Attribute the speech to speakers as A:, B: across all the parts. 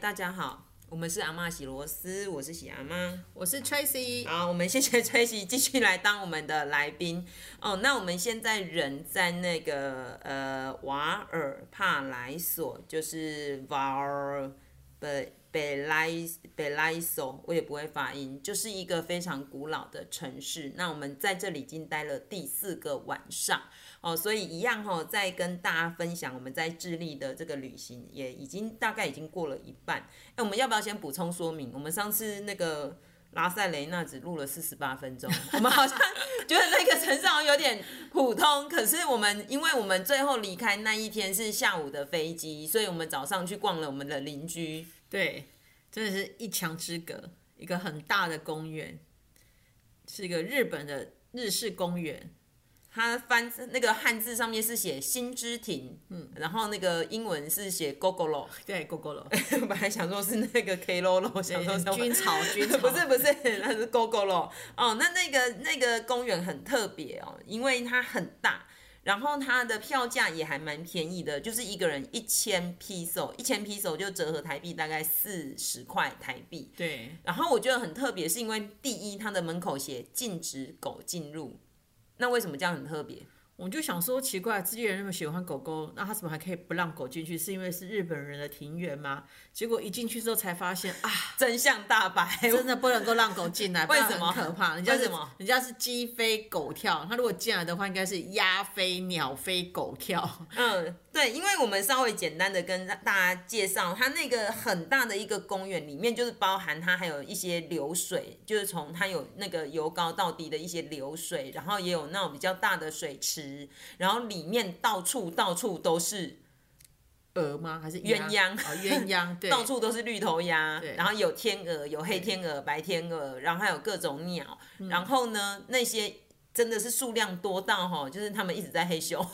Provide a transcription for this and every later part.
A: 大家好，我们是阿妈喜螺丝，我是喜阿妈。
B: 我是 Tracy，
A: 好，我们谢谢 Tracy 继续来当我们的来宾哦。那我们现在人在那个呃瓦尔帕莱索，就是瓦尔北北莱北莱索，我也不会发音，就是一个非常古老的城市。那我们在这里已经待了第四个晚上。哦，所以一样哈、哦，再跟大家分享我们在智利的这个旅行，也已经大概已经过了一半。哎，我们要不要先补充说明？我们上次那个拉塞雷纳只录了四十八分钟， 我们好像觉得那个城市好像有点普通。可是我们因为我们最后离开那一天是下午的飞机，所以我们早上去逛了我们的邻居。
B: 对，真的是一墙之隔，一个很大的公园，是一个日本的日式公园，
A: 它翻那个汉字上面是写“新之亭”，嗯，然后那个英文是写 “gogoro”。
B: 对，狗狗楼，
A: 本来想说是那个 K Lolo，想说什么
B: 军草，军草，
A: 不是不是， 那是 GoGo 咯。哦，那那个那个公园很特别哦，因为它很大，然后它的票价也还蛮便宜的，就是一个人一千 peso，一千 peso 就折合台币大概四十块台币。
B: 对，
A: 然后我觉得很特别，是因为第一，它的门口写禁止狗进入，那为什么这样很特别？
B: 我就想说，奇怪，这些人那么喜欢狗狗，那他怎么还可以不让狗进去？是因为是日本人的庭园吗？结果一进去之后才发现啊，
A: 真相大白，
B: 真的不能够让狗 进来，不然
A: 为什么
B: 很可怕？人家
A: 为
B: 是
A: 什么
B: 人家是鸡飞狗跳，他如果进来的话，应该是鸭飞、鸟飞、狗跳。
A: 嗯，对，因为我们稍微简单的跟大家介绍，它那个很大的一个公园里面，就是包含它还有一些流水，就是从它有那个由高到低的一些流水，然后也有那种比较大的水池，然后里面到处到处都是，
B: 鹅吗？还是
A: 鸳
B: 鸭
A: 鸯
B: 哦，鸳 鸯，对，
A: 到处都是绿头鸭
B: 对，
A: 然后有天鹅，有黑天鹅、白天鹅，然后还有各种鸟，
B: 嗯
A: 然后呢，那些真的是数量多到哈，就是他们一直在嘿咻。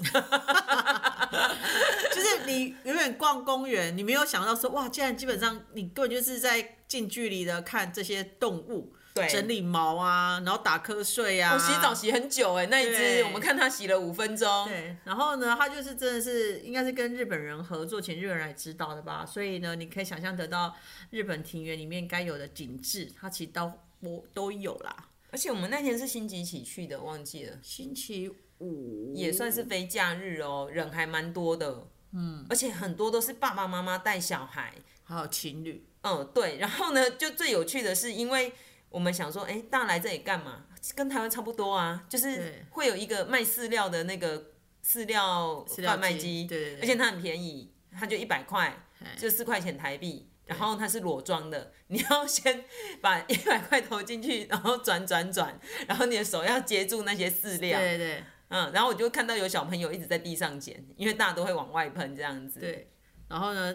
B: 就是你永远逛公园，你没有想到说哇，竟然基本上你根本就是在近距离的看这些动物，
A: 对
B: 整理毛啊，然后打瞌睡啊，
A: 我洗澡洗很欸久哎、那一只
B: 对
A: 我们看它洗了五分钟。
B: 对，然后呢，他就是真的是应该是跟日本人合作，请日本人来指导的吧，所以呢，你可以想象得到日本庭园里面该有的景致，它其实都我都有啦。
A: 而且我们那天是星期几去的，忘记了，
B: 星期五
A: 也算是非假日哦，人还蛮多的。嗯，而且很多都是爸爸妈妈带小孩。
B: 还有情侣，
A: 嗯，对。然后呢，就最有趣的是，因为我们想说，哎、大家来这里干嘛？跟台湾差不多啊，就是
B: 对
A: 会有一个卖饲料的那个饲料
B: 料
A: 贩卖
B: 机对对对
A: 而且它很便宜，它就一百块。
B: 哎
A: 就四块钱台币，然后它是裸装的，你要先把一百块投进去，然后转转转，然后你的手要接住那些饲料，
B: 对对
A: 嗯，然后我就看到有小朋友一直在地上捡，因为大家都会往外喷这样子，，
B: 对，然后呢，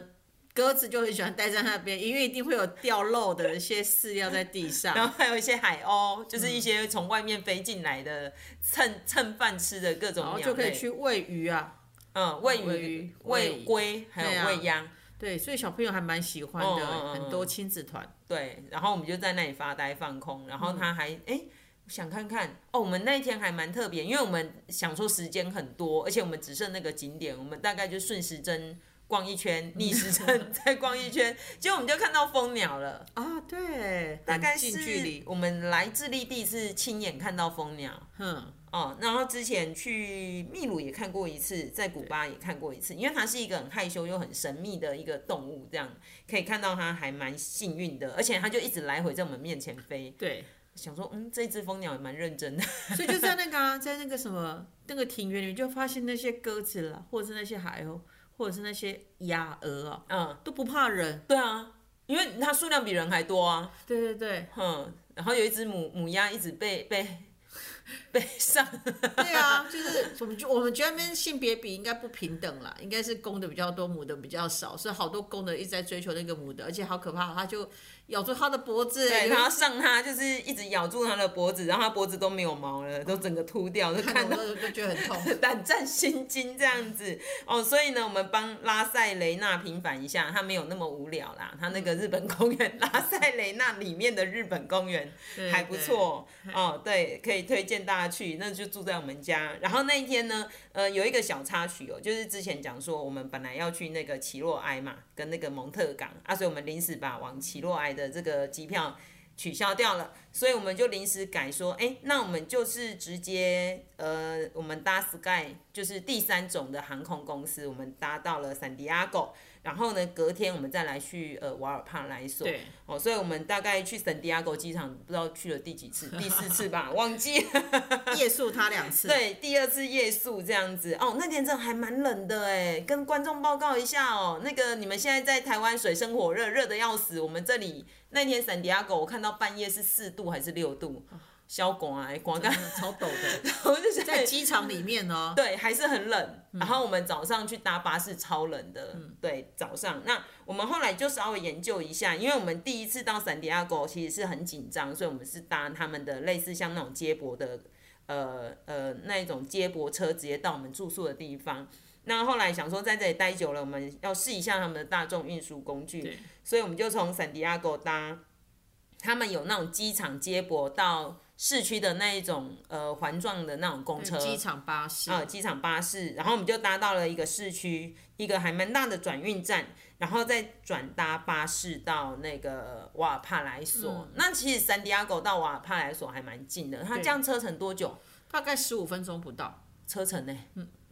B: 鸽子就很喜欢待在那边，因为一定会有掉漏的一些饲料在地 上，
A: 然后还有一些海鸥，就是一些从外面飞进来的蹭蹭饭吃的各种
B: 然
A: 鸟类，
B: 后哦就可以去喂鱼啊。
A: 嗯喂
B: 喂
A: 鱼
B: 鱼、
A: 喂
B: 喂
A: 龟，还
B: 对
A: 有
B: 啊
A: 喂鸭，
B: 对，所以小朋友还蛮喜欢
A: 嗯
B: 的，
A: 嗯嗯嗯
B: 很多亲子团。
A: 对，然后我们就在那里发呆放空，然
B: 嗯
A: 后他还哎、诶我想看看哦，我们那一天还蛮特别，因为我们想说时间很多，而且我们只剩那个景点，我们大概就顺时针逛一 圈，逆时针再逛一圈，结果我们就看到蜂鸟 了，
B: 啊，对，
A: 大概
B: 很
A: 是
B: 近距离，
A: 我们来智利第一次亲眼看到蜂鸟。
B: 嗯，
A: 哦，然后之前去秘鲁也看过一次，在古巴也看过一次，因为它是一个很害羞又很神秘的一个动物，这样可以看到它还蛮幸运的，而且它就一直来回在我们面前飞，
B: 对，
A: 想说，嗯，这只蜂鸟也蛮认真的，
B: 所以就在那个啊，在那个什么那个庭园里面，就发现那些鸽子啦，或者是那些海鸥，或者是那些鸭鹅啊，
A: 嗯，
B: 都不怕人。
A: 对啊，因为它数量比人还多啊，
B: 对对对，
A: 嗯，然后有一只母母鸭一直被 被被上，
B: 对啊，就是 我们觉我们觉得那边性别比应该不平等啦，应该是公的比较多，母的比较少，所以好多公的一直在追求那个母的，而且好可怕，它就咬住它的脖子，
A: 对，
B: 有一
A: 然后上它就是一直咬住它的脖子，然后它脖子都没有毛了，都整个秃掉，就看
B: 看
A: 到
B: 我都都觉得很痛。
A: 胆战心惊这样子哦，所以呢，我们帮拉塞雷纳平反一下，他没有那么无聊啦。他那个日本公园， 拉塞雷纳里面的日本公园
B: 对
A: 还不错哦，对，可以推荐大家去。那就住在我们家。然后那一天呢，呃，有一个小插曲哦，就是之前讲说我们本来要去那个奇洛埃嘛，跟那个蒙特港啊，所以我们临时把往奇洛埃的这个机票。取消掉了，所以我们就临时改说，哎、那我们就是直接呃，我们搭 Sky 就是第三种的航空公司，我们搭到了 San Diego，然后呢，隔天我们再来去呃瓦尔帕莱索，
B: 对，
A: 哦，所以我们大概去 San Diego 机场不知道去了第几次，第四次吧，忘记了。
B: 夜宿它两次，
A: 对，第二次夜宿这样子哦，那天真的还蛮冷的哎，跟观众报告一下哦，那个你们现在在台湾水深火热，热的要死，我们这里那天 San Diego 我看到半夜是四度还是六度，小广哎，广干，
B: 嗯，哦超陡 的，
A: 我就觉
B: 在
A: 得
B: 机场里面哦，
A: 对，还是很冷。
B: 嗯
A: 然后我们早上去搭巴士，超冷的。对，早上。那我们后来就稍微研究一下，因为我们第一次到圣地亚哥其实是很紧张，所以我们是搭他们的类似像那种接驳的，呃呃那一种接驳车，直接到我们住宿的地方。那后来想说在这里待久了，我们要试一下他们的大众运输工具，
B: 对
A: 所以我们就从圣地亚哥搭，他们有那种机场接驳到市区的那一种呃环状的那种公车，
B: 啊机场巴士，
A: 呃机场巴士，然后我们就搭到了一个市区，一个还蛮大的转运站，然后再转搭巴士到那个瓦尔帕莱索。那其实三迪亚狗到瓦尔帕莱索还蛮近的，它这样车程多久？
B: 大概十五分钟不到。
A: 车程呢、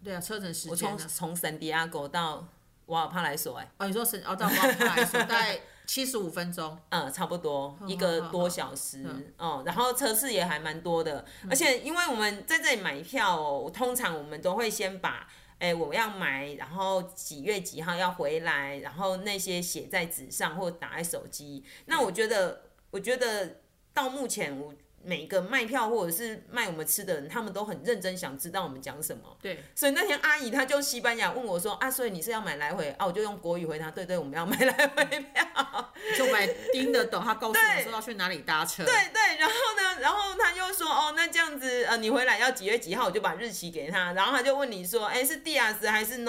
B: 对啊，车程时
A: 我
B: 间
A: 从
B: 呢？
A: 从圣地亚哥到瓦尔帕莱索、哎，
B: 哦，你说是哦，到往来说大概七十五分钟，
A: 嗯，差不多一个多小时哦、然后车次也还蛮多的，而且因为我们在这里买票哦，通常我们都会先把。哎、我要买，然后几月几号要回来，然后那些写在纸上或打在手机。那我觉得，我觉得到目前，我每个卖票或者是卖我们吃的人，他们都很认真想知道我们讲什么。
B: 对，
A: 所以那天阿姨她就西班牙问我说：“啊，所以你是要买来回啊？”我就用国语回答：“对对，我们要买来回票。”
B: 就买盯得懂，他告诉你说要去哪里搭车，
A: 对对，然后呢，然后他又说，哦，那这样子，呃，你回来要几月几号，我就把日期给他，然后他就问你说，哎，是 Dias 还是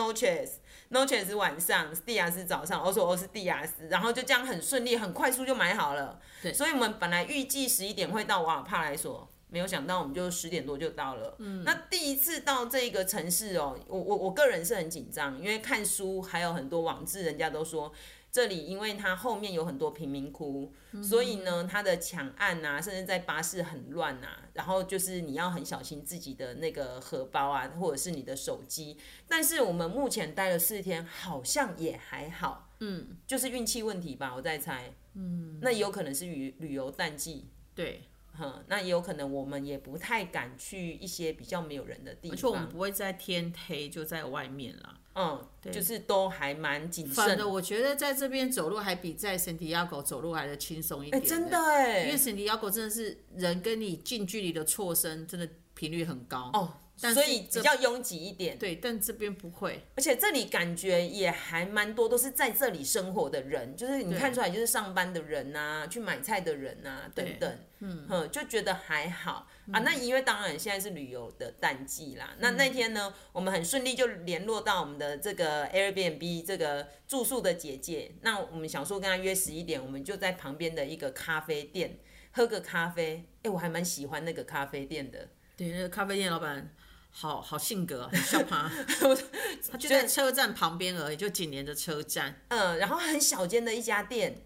A: Noches？Noches 是晚上，Dias 是早上，我说我哦是 Dias，然后就这样很顺利，很快速就买好了。
B: 对
A: 所以我们本来预计十一点会到瓦尔帕莱索。没有想到，我们就十点多就到了。嗯，那第一次到这个城市哦，我我我个人是很紧张，因为看书还有很多网志，人家都说这里因为它后面有很多贫民窟，
B: 嗯
A: 所以呢，它的抢案啊，甚至在巴士很乱啊，然后就是你要很小心自己的那个荷包啊，或者是你的手机。但是我们目前待了四天，好像也还好，嗯，就是运气问题吧，我在猜，嗯，那也有可能是旅旅游淡季。
B: 对，
A: 哼，那也有可能我们也不太敢去一些比较没有人的地
B: 而且我们
A: 方，
B: 不会在天黑就在外面啦。
A: 嗯，就是都还蛮谨
B: 反
A: 慎
B: 正。我觉得在这边走路还比在圣地亚哥走路来的轻松一点、
A: 真的，哎，
B: 因为圣地亚哥真的是人跟你近距离的错身，真的频率很高。
A: 哦，
B: 但
A: 所
B: 是
A: 以比
B: 这
A: 较拥挤一点。
B: 对，但这边不会。
A: 而且这里感觉也还蛮多，都是在这里生活的人，就是你看出来就是上班的人呐、去买菜的人呐、等等，嗯就觉得还好
B: 嗯
A: 啊。那因为当然现在是旅游的淡季啦，那那天呢，我们很顺利就联络到我们的这个 Airbnb 这个住宿的姐姐，那我们想说跟她约十一点，我们就在旁边的一个咖啡店喝个咖啡，哎、我还蛮喜欢那个咖啡店的。
B: 对，那个咖啡店老板好好性格啊，很笑 他。他就在车站旁边而已，就紧连着车站。
A: 嗯，然后很小间的一家店，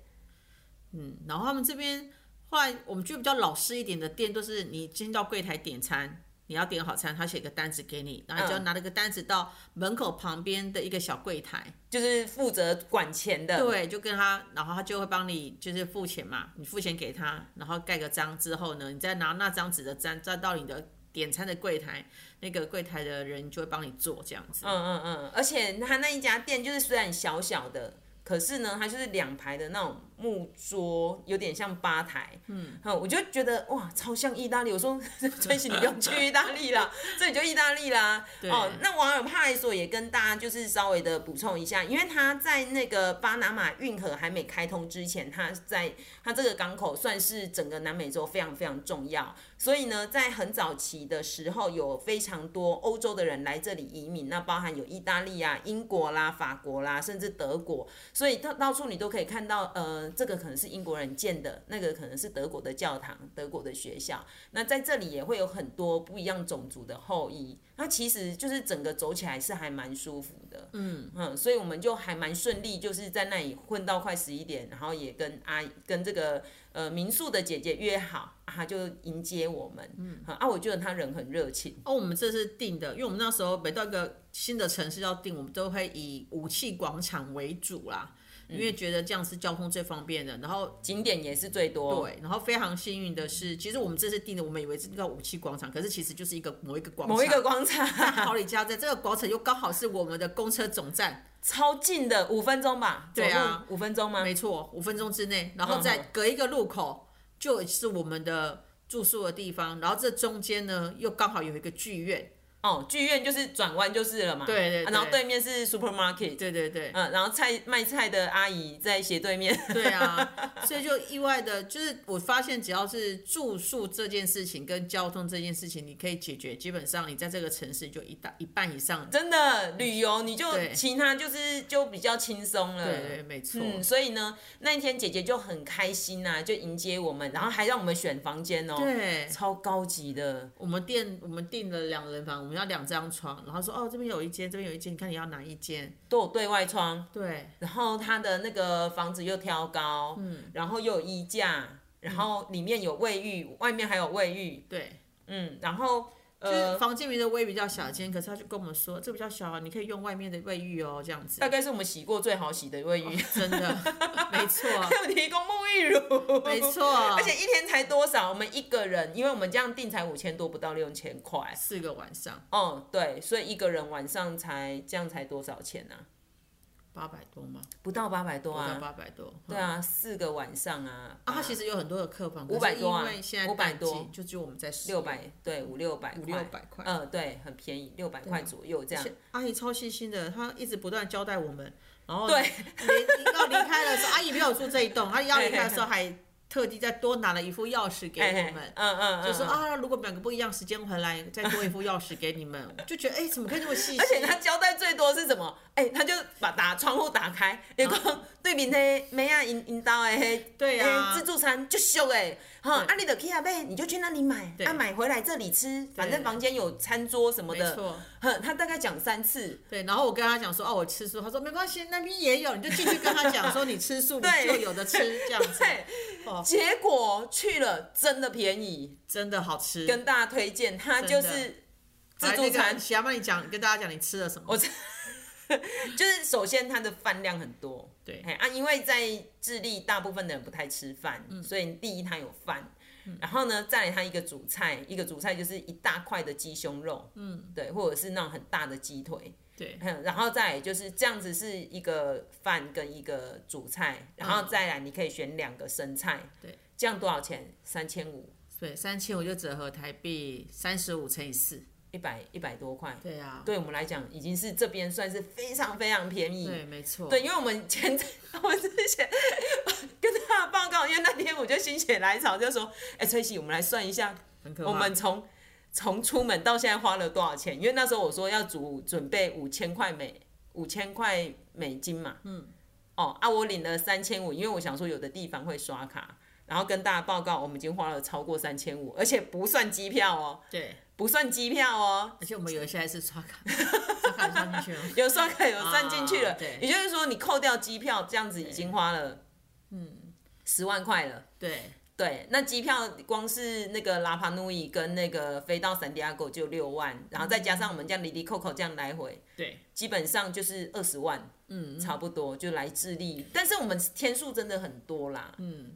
B: 嗯，然后他们这边后来我们去比较老式一点的店，都是你先到柜台点餐。你要点好餐，他写个单子给你，然后你就要拿那个单子到门口旁边的一个小柜台，
A: 就是负责管钱的。
B: 对，就跟他，然后他就会帮你就是付钱嘛，你付钱给他，然后盖个章之后呢，你再拿那张纸的章，再到你的点餐的柜台，那个柜台的人就会帮你做这样子。
A: 嗯嗯嗯，而且他那一家店就是虽然小小的，可是呢，它就是两排的那种木桌，有点像吧台，嗯，我就觉得哇，超像意大利。我说 真是你不用去意大利啦，这里就意大利啦。哦，那瓦尔帕莱索也跟大家就是稍微的补充一下，因为他在那个巴拿马运河还没开通之前，他在他这个港口算是整个南美洲非常非常重要，所以呢，在很早期的时候，有非常多欧洲的人来这里移民，那包含有意大利啊、英国啦、法国啦，甚至德国，所以到到处你都可以看到，呃，这个可能是英国人建的，那个可能是德国的教堂、德国的学校，那在这里也会有很多不一样种族的后裔，那其实就是整个走起来是还蛮舒服的，嗯嗯，所以我们就还蛮顺利，就是在那里混到快十一点，然后也跟阿姨跟这个呃民宿的姐姐约好，啊她、就迎接我们，嗯啊，我觉得她人很热情，
B: 哦，我们这是定的，因为我们那时候每到一个新的城市要定，我们都会以武器广场为主啦，因
A: 嗯
B: 为觉得这样是交通最方便的。然后
A: 景点也是最多，
B: 对，然后非常幸运的是，其实我们这次定的，我们以为是叫武器广场，可是其实就是一个某一个广场，
A: 某一个广场
B: 好李家在这个广场又刚好是我们的公车总站，
A: 超近的，五分钟吧，对
B: 啊
A: 五分钟吗？
B: 没错，五分钟之内，然后再
A: 嗯
B: 隔一个路口就是我们的住宿的地方，然后这中间呢又刚好有一个剧院，
A: 哦，剧院就是转弯就是了嘛，
B: 对对
A: 啊然后
B: 对
A: 对面是 supermarket，
B: 对对对，
A: 嗯，然后菜卖菜的阿姨在斜对面，
B: 对啊，所以就意外的，就是我发现，只要是住宿这件事情跟交通这件事情，你可以解决，基本上你在这个城市就一大一半以 上。
A: 真的旅游你就
B: 对
A: 其他就是就比较轻松了，
B: 对对，没错。
A: 嗯，所以呢，那一天姐姐就很开心呐、就迎接我们，然后还让我们选房间哦，
B: 对
A: 超高级的，
B: 我们订我们订了两人房，我们要两张床，然后说哦这边有一间，这边有一间，你看你要哪一间？
A: 都有哦对外窗，
B: 对，
A: 然后它的那个房子又挑高，嗯，然后又有衣架，然后里面有卫浴，外面还有卫浴，
B: 对，
A: 嗯，然后
B: 就是
A: 呃，
B: 房间里的卫浴比较小间，可是他就跟我们说这比较小啊，你可以用外面的卫浴哦，这样子
A: 大。概是我们洗过最好洗的卫浴，
B: 哦真的，没错，
A: 还有提供沐浴乳，
B: 没错
A: 而且一天才多少？我们一个人，因为我们这样定才五千多，不到六千块。
B: 四个晚上
A: 哦，对，所以一个人晚上才这样才多少钱呢、啊？
B: 八百多吗？
A: 不到八百多
B: 不到
A: 啊。
B: 八百多。嗯
A: 对啊，四个晚上啊，
B: 啊，它其实有很多的客房，
A: 500多啊
B: 可是因为现在
A: 500
B: 淡
A: 多
B: 季，就只有我们在使用
A: 六百对五六百五
B: 600块
A: 嗯、对，很便宜，六百块左右这样。
B: 阿姨超细心的，她一直不断交代我们，然后
A: 对
B: 离要离开的 时候，阿姨没有住这一栋，阿姨要离开的时候还特地再多拿了一副钥匙给
A: 嘿嘿
B: 我
A: 嗯
B: 们。
A: 嗯嗯，
B: 就说
A: 嗯。
B: 啊，如果两个不一样时间回来，再多一副钥匙给你 们，就觉得哎、怎么可以这么细心？
A: 而且他交代最多是什么？哎、他就把打窗户打开，你讲对面那梅亚引引导的那
B: 嗯对啊
A: 那自助餐就秀哎，哈，
B: 对
A: 啊你的 K 啊呗，你就去那里买，啊买回来这里吃，反正房间有餐桌什么
B: 没
A: 的
B: 错，嗯
A: 哼，他大概讲三次，
B: 对，然后我跟他讲说，哦，我吃素，他说没关系，那边也有，你就进去跟他讲说你吃素，你
A: 对
B: 就有的吃，这样 子，
A: 对，
B: 哦
A: 结果去了真的便宜，
B: 真的好吃。
A: 跟大家推荐，它就
B: 真的
A: 是自助餐，
B: 喜欢帮你讲，跟大家讲你吃了什么。
A: 我就是首先它的饭量很多，
B: 对
A: 嘿啊，因为在智利大部分的人不太吃饭，
B: 嗯
A: 所以第一它有饭，然后呢再来它一个主菜，一个主菜就是一大块的鸡胸肉，嗯，对，或者是那种很大的鸡腿，
B: 对
A: 嗯，然后再来就是这样子是一个饭跟一个主菜，然后再来你可以选两个生菜，
B: 嗯对，
A: 这样多少钱？三千五，
B: 对，三千五就折合台币三十五乘以四。
A: 一百一百多块，
B: 对啊，
A: 对我们来讲已经是这边算是非常非常便宜，
B: 对，没错。
A: 对，，因为我们前阵我们之前跟他报告，因为那天我就心血来潮就说，哎、崔喜，我们来算一下，
B: 很可怕。
A: 我们从从出门到现在花了多少钱？因为那时候我说要准准备五千块美五千块美金嘛，嗯，哦啊，我领了三千五，因为我想说有的地方会刷卡，然后跟大家报告，我们已经花了超过三千五，而且不算机票哦，
B: 对，
A: 不算机票哦，
B: 而且我们有一些还是刷卡， 刷卡刷进 去了。
A: 有算卡有算进去了，
B: 啊对
A: 也就是说你扣掉机票，这样子已经花了，嗯，十万块了。
B: 对，
A: 对，那机票光是那个拉帕努伊跟那个飞到圣地亚哥就六万，然后再加上我们这样离离扣扣这样来回，
B: 对，
A: 基本上就是二十万，嗯，差不多就来智利。但是我们天数真的很多啦，嗯，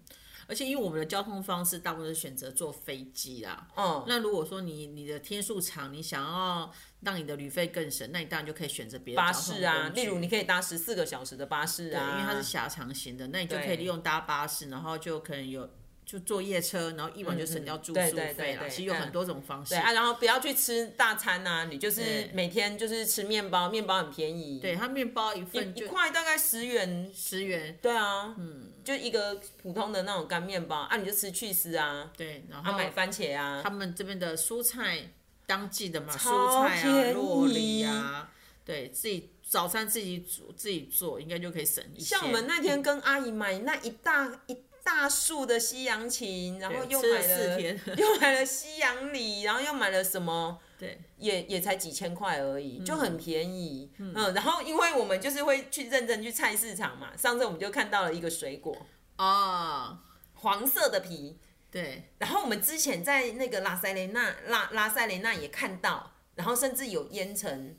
B: 而且因为我们的交通方式大部分是选择坐飞机啦。
A: 嗯
B: 那如果说你你的天数长，你想要让你的旅费更省，那你当然就可以选择别的
A: 巴
B: 交通
A: 士啊，
B: 工具
A: 例如你可以搭十四个小时的巴士
B: 对，
A: 啊，
B: 因为它是狭长型的，那你就可
A: 对
B: 以利用搭巴士，然后就可能有就坐夜车，然后一晚就省掉住
A: 对
B: 宿
A: 对对
B: 费啦。
A: 对
B: 其实有
A: 嗯
B: 很多种方式
A: 对。啊，然后不要去吃大餐呐、你就是
B: 对
A: 每天就是吃面包，面包很便宜，
B: 对，，它面包一份
A: 一
B: 就
A: 块大概十元，
B: 十元，
A: 对啊，嗯，就一个普通的那种干面包啊，你就吃去丝啊，
B: 对，然
A: 啊
B: 后
A: 买番茄啊
B: 他，们这边的蔬菜当季的嘛，
A: 超
B: 蔬菜
A: 便宜
B: 啊、洛梨啊，对自己早餐自己煮自己做，应该就可以省一些。
A: 像我们那天跟阿姨买那一大一大束的西洋芹，然后
B: 对
A: 又
B: 吃了
A: 买
B: 四天
A: 又买了西洋梨，然后又买了什么？
B: 对
A: 也也才几千块而已，
B: 嗯
A: 就很便宜。嗯然后因为我们就是会去认真去菜市场嘛，上次我们就看到了一个水果，啊
B: 哦，
A: 黄色的皮。
B: 对
A: 然后我们之前在那个拉塞雷纳拉拉塞雷纳也看到，然后甚至有腌成，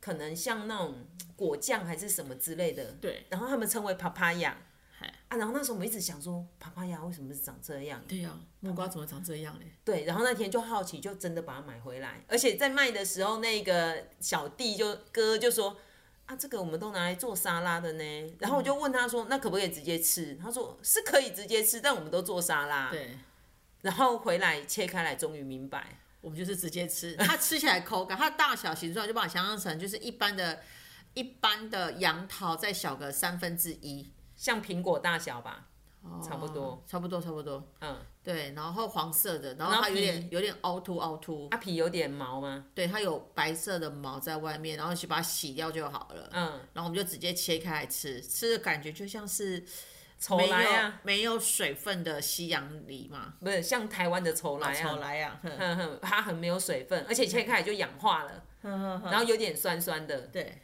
A: 可能像那种果酱还是什么之类的。
B: 对
A: 然后他们称为 papaya
B: 嗨
A: 啊，然后那时候我们一直想说 papaya 为什么是长这样？
B: 对呀、木瓜怎么长这样嘞？
A: 对，然后那天就好奇，就真的把它买回来，而且在卖的时候，那个小弟就哥就说。啊，这个我们都拿来做沙拉的呢。然后我就问他说：“那可不可以直接吃？”他说：“是可以直接吃，但我们都做沙拉。
B: 对。”
A: 然后回来切开来，终于明白。
B: 我们就是直 接吃，它吃起来口感，它的大小形状就把它想象成就是一般的、一般的杨桃再小个三分之一，
A: 像苹果大小吧，差不
B: 哦
A: 多。
B: 差不多，差不多。
A: 嗯，
B: 对，然后黄色的，然
A: 然
B: 后
A: 后
B: 它有
A: 皮啊
B: 点有点凹凸凹凸，
A: 它皮有点毛吗？
B: 对，它有白色的毛在外面，然后去把它洗掉就好了。
A: 嗯，
B: 然后我们就直接切开来吃，吃的感觉就像是
A: 丑
B: 没有
A: 来啊，
B: 没有水分的西洋梨嘛，嗯
A: 不是像台湾的丑来
B: 炒
A: 啊，
B: 来呀、哼
A: 哼哼， 它很没有水分，而且切开来就氧化 了，然后有点酸酸的。
B: 对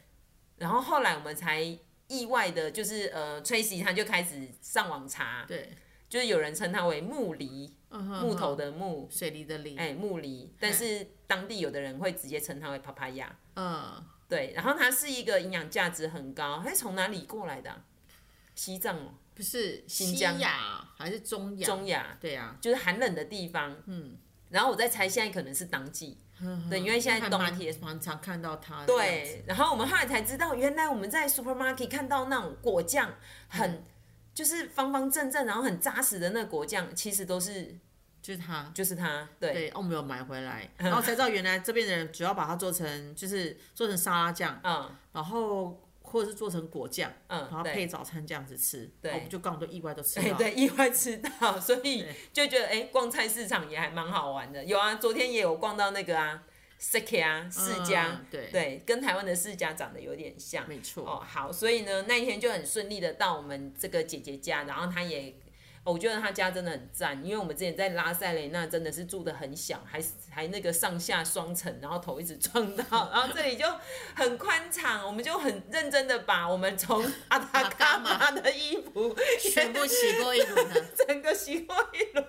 A: 然后后来我们才意外的，就是呃，Tracy 他就开始上网查，
B: 对，哦
A: 就是有人称它为木梨，木
B: 木
A: 头的木，
B: 水梨的梨，
A: 哎，木梨，但是当地有的人会直接称它为 papaya。
B: 嗯。
A: 对，然后它是一个营养价值很高，它是从哪里过来的啊、西藏哦，
B: 不是
A: 新
B: 西
A: 疆
B: 亚还是中亚？
A: 中亚，
B: 对啊呀、
A: 就是寒冷的地方。嗯，然后我在猜现在可能是当季，对，因为现在
B: 嗯还
A: 冬
B: 蛮
A: 天。
B: 蛮常看到它的。
A: 对，，然后我们后来才知道，原来我们在 supermarket 看到那种果酱，很就是方方正正，然后很扎实的那个果酱，其实都是
B: 就是它。
A: 就是它。对，
B: 对，哦我们有买 回来，然后才知道原来这边的人主要把它做成就是做成沙拉酱，
A: 嗯
B: 然后或者是做成果酱，然
A: 嗯，
B: 后
A: 对
B: 配早餐这样子吃。
A: 对
B: 哦我们就刚好都意外都吃
A: 对
B: 到。
A: 哎对，意外吃到，所以
B: 对
A: 就觉得哎、逛菜市场也还蛮好玩的。有啊，昨天也有逛到那个啊 s e k 啊世家，
B: 嗯对
A: 对，跟台湾的世家长得有点像。
B: 没错。
A: 哦，好，所以呢，那一天就很顺利的到我们这个姐姐家，然后她也，哦我觉得她家真的很赞，因为我们之前在拉塞雷纳真的是住的很小，还是还那个上下双层，然后头一直撞到，然后这里就很宽敞，我们就很认真的把我们从阿达卡玛的衣服
B: 全部洗过一轮的，
A: 整个洗过一轮，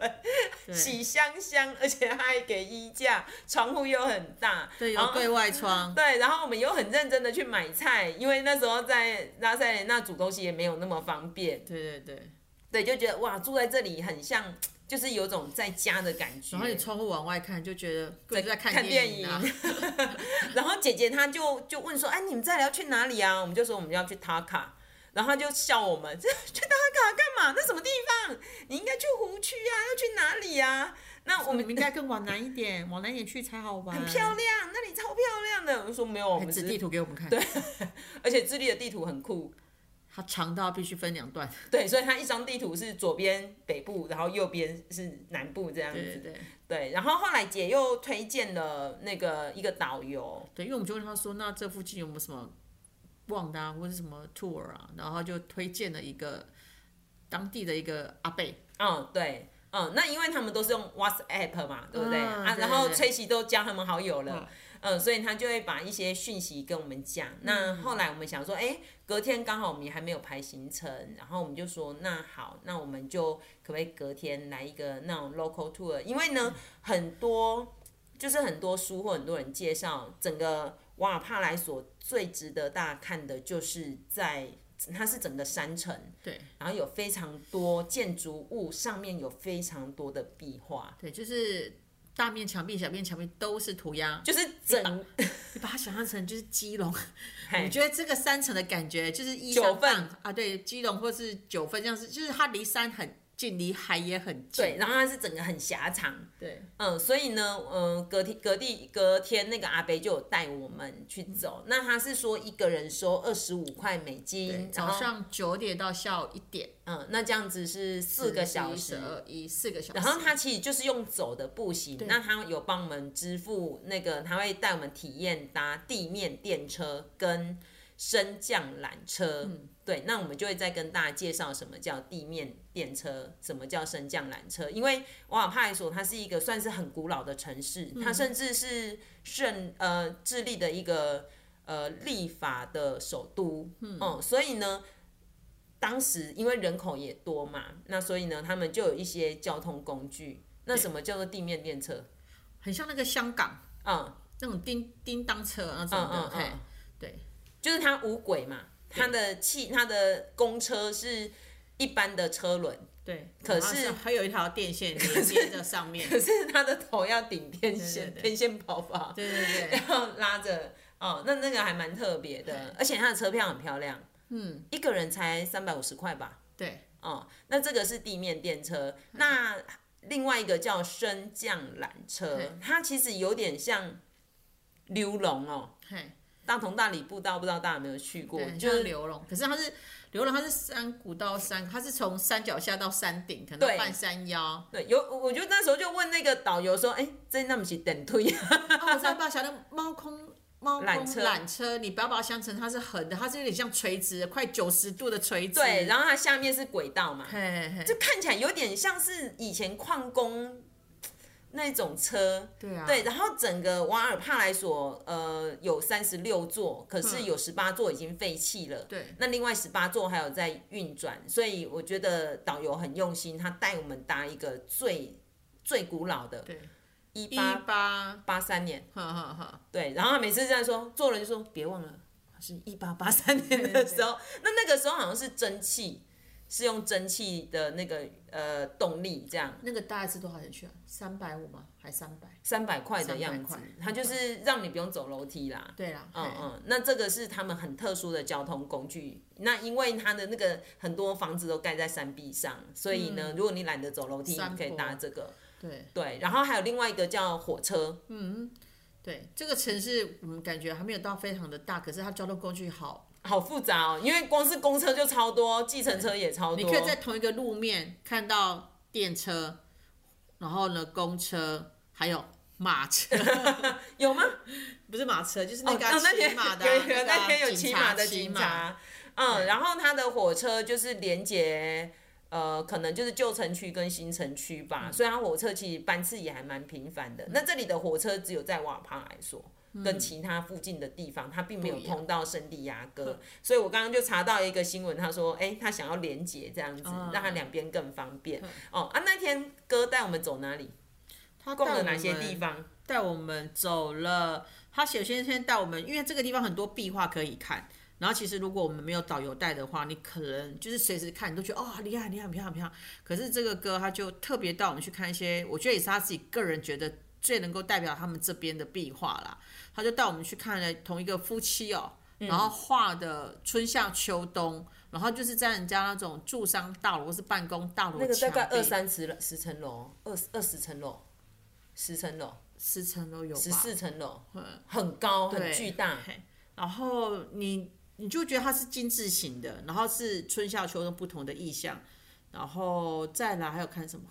B: 对
A: 洗香香，而且她还给衣架，窗户又很大，
B: 对，
A: 然
B: 有
A: 后
B: 对外窗，
A: 哦对，然后我们又很认真的去买菜，因为那时候在拉塞雷那煮东西也没有那么方便，
B: 对对对，
A: 对，就觉得哇，住在这里很像，就是有种在家的感觉
B: 然。后你窗户往外看，就觉得根本就在
A: 看
B: 看
A: 电
B: 影 啊，
A: 然后姐姐她就就问说：“哎，你们再要去哪里啊？”我们就说我们要去塔卡，然后她就笑我们：“去塔卡干嘛？那什么地方？你应该去湖区啊，要去哪里啊？”那我
B: 我
A: 们
B: 哦们应该更往南一点，往南一点去才好玩。
A: 很漂亮，那里超漂亮的。我就说没有，我
B: 还
A: 们
B: 指
A: 只
B: 地
A: 是
B: 图给我们看，
A: 而且智利的地图很酷，
B: 它长到必须分两段。
A: 对，所以它一张地图是左边北部，然后右边是南部这样子。
B: 对对对
A: 对然后后来姐又推荐了那个一个导游，
B: 对，因为我们就问他说，那这附近有没有什么逛的啊，或者什么 tour 啊？然后他就推荐了一个当地的一个阿贝，
A: 嗯，对，嗯，那因为他们都是用 WhatsApp 嘛，对不对？
B: 嗯
A: 啊，
B: 对
A: 然后
B: 对
A: 崔琦都加他们好友了，嗯，所以他就会把一些讯息跟我们讲。那后来我们想说，哎、隔天刚好我们也还没有排行程，然后我们就说，那好，那我们就可不可以隔天来一个那种 local tour？因为呢，很多就是很多书或很多人介绍，整个瓦尔帕莱索最值得大家看的就是在它是整个山城，
B: 对
A: 然后有非常多建筑物，上面有非常多的壁画，
B: 对，就是大面墙壁、小面墙壁都是涂鸦，
A: 就是整
B: 你把它想象成就是基隆，
A: 嘿
B: 我觉得这个三层的感觉就是一
A: 九份
B: 三棒啊，对，基隆或是九份这样子，就是它离山很近，离海也很近，
A: 对，然后它是整个很狭长，
B: 对
A: 嗯，所以呢，嗯，隔天隔地隔天那个阿北就有带我们去
B: 嗯
A: 走，那他是说一个人收二十五块美金，然
B: 早
A: 后
B: 上九点到下午一点，
A: 嗯，那这样子是四个小时
B: 十。二一四个小时，
A: 然后他其实就是用走的步行，那他有帮我们支付那个，他会带我们体验搭地面电车跟升降缆车。对，那我们就会再跟大家介绍什么叫地面电车，什么叫升降缆车。因为瓦尔帕莱索它是一个算是很古老的城市，它甚至是圣呃智利的一个呃立法的首都。嗯，所以呢，当时因为人口也多嘛，那所以呢，他们就有一些交通工具。那什么叫做地面电车？
B: 很像那个香港
A: 嗯，
B: 那种叮叮当车啊那种
A: 嗯
B: 的，
A: 嗯嗯
B: 嘿，对，
A: 就是它无轨嘛，它的汽它的公车是一般的车轮，
B: 对，
A: 可
B: 然后
A: 是
B: 还有一条电线连接着上面，
A: 可是它的头要顶天线，
B: 对对对
A: 天线宝宝，
B: 对对对
A: 然后拉着哦，那那个还蛮特别的，而且它的车票很漂亮，嗯，一个人才三百五十块吧，
B: 对，
A: 哦，那这个是地面电车，
B: 嗯
A: 那另外一个叫升降缆车
B: 嗯，
A: 它其实有点像溜龙哦，
B: 嘿，
A: 大同大理步道，不知道大家有没有去过
B: 对，，很
A: 就
B: 像
A: 是
B: 流龙，可是它是流龙，它是山谷到山，它是从山脚下到山顶，可能
A: 对
B: 半山腰。
A: 对，有我我就那时候就问那个导游说，哎、这那不是等推 啊？
B: 哦，我知道，把小的猫空猫空
A: 缆车
B: 缆车，你不要把它想成它是横的，它是有点像垂直的，快九十度的垂直。
A: 对，，然后它下面是轨道嘛，
B: 嘿嘿，
A: 就看起来有点像是以前矿工那种车。
B: 对啊，
A: 对，然后整个瓦尔帕莱索，呃，有三十六座，可是有十八座已经废弃了。
B: 嗯对
A: 那另外十八座还有在运转，所以我觉得导游很用心，他带我们搭一个最最古老的，
B: 对，
A: 一
B: 一
A: 八
B: 八，
A: 八三年。
B: 哈哈哈，
A: 对，然后他每次这样说，做了就说别忘了，是一八八三年的时候，那那个时候好像是蒸汽，是用蒸汽的那个呃动力这样，
B: 那个大概是多少钱去啊？三百五吗？还三百？
A: 三百块的样
B: 300
A: 子
B: 块，嗯
A: 它就是让你不用走楼梯啦。
B: 对啦，
A: 嗯
B: 嘿，
A: 嗯，那这个是他们很特殊的交通工具。那因为它的那个很多房子都盖在山壁上，所以呢，如果你懒得走楼梯，
B: 嗯山
A: 你可以搭
B: 坡
A: 这个。
B: 对
A: 对，然后还有另外一个叫火车，
B: 对，这个城市我们感觉还没有到非常的大，可是它交通工具好
A: 好复杂哦，因为光是公车就超多，计程车也超多。
B: 你可以在同一个路面看到电车，然后呢，公车，还有马车，
A: 有吗？
B: 不是马车，就是
A: 哦，
B: 那个
A: 哦那
B: 骑
A: 天
B: 马的啊、
A: 有有那
B: 那
A: 天有
B: 骑
A: 骑马的
B: 骑
A: 警
B: 马，
A: 察，嗯，然后他的火车就是连接。呃，可能就是旧城区跟新城区吧，
B: 嗯
A: 所以它火车其实班次也还蛮频繁的。那这里的火车只有在瓦帕来说，跟其他附近的地方，它并没有
B: 嗯不一样嗯
A: 通到圣地亚哥。所以我刚刚就查到一个新闻，他说，哎、他想要连接这样子，
B: 哦嗯
A: 让它两边更方便。哦啊，那天哥带我们走哪里？
B: 他
A: 逛
B: 带
A: 了
B: 我
A: 哪些
B: 们
A: 地？方？
B: 带我们走了，他首先先带我们，因为这个地方很多壁画可以看。然后其实如果我们没有导游带的话，你可能就是随时看，你都觉得哦厉害厉害厉害厉害。可是这个歌他就特别带我们去看一些，我觉得也是他自己个人觉得最能够代表他们这边的壁画啦。他就带我们去看了同一个夫妻哦，
A: 嗯
B: 然后画的春夏秋冬，然后就是在人家那种住商大楼或是办公大楼
A: 那个大概
B: 墙壁
A: 二三十十层楼，二二十层楼，十层楼，
B: 十层都有吧，
A: 十四层楼，很高，很巨大。
B: 嗯嘿然后你你就觉得它是精致型的，然后是春夏秋冬不同的意象，然后再来还有看什么？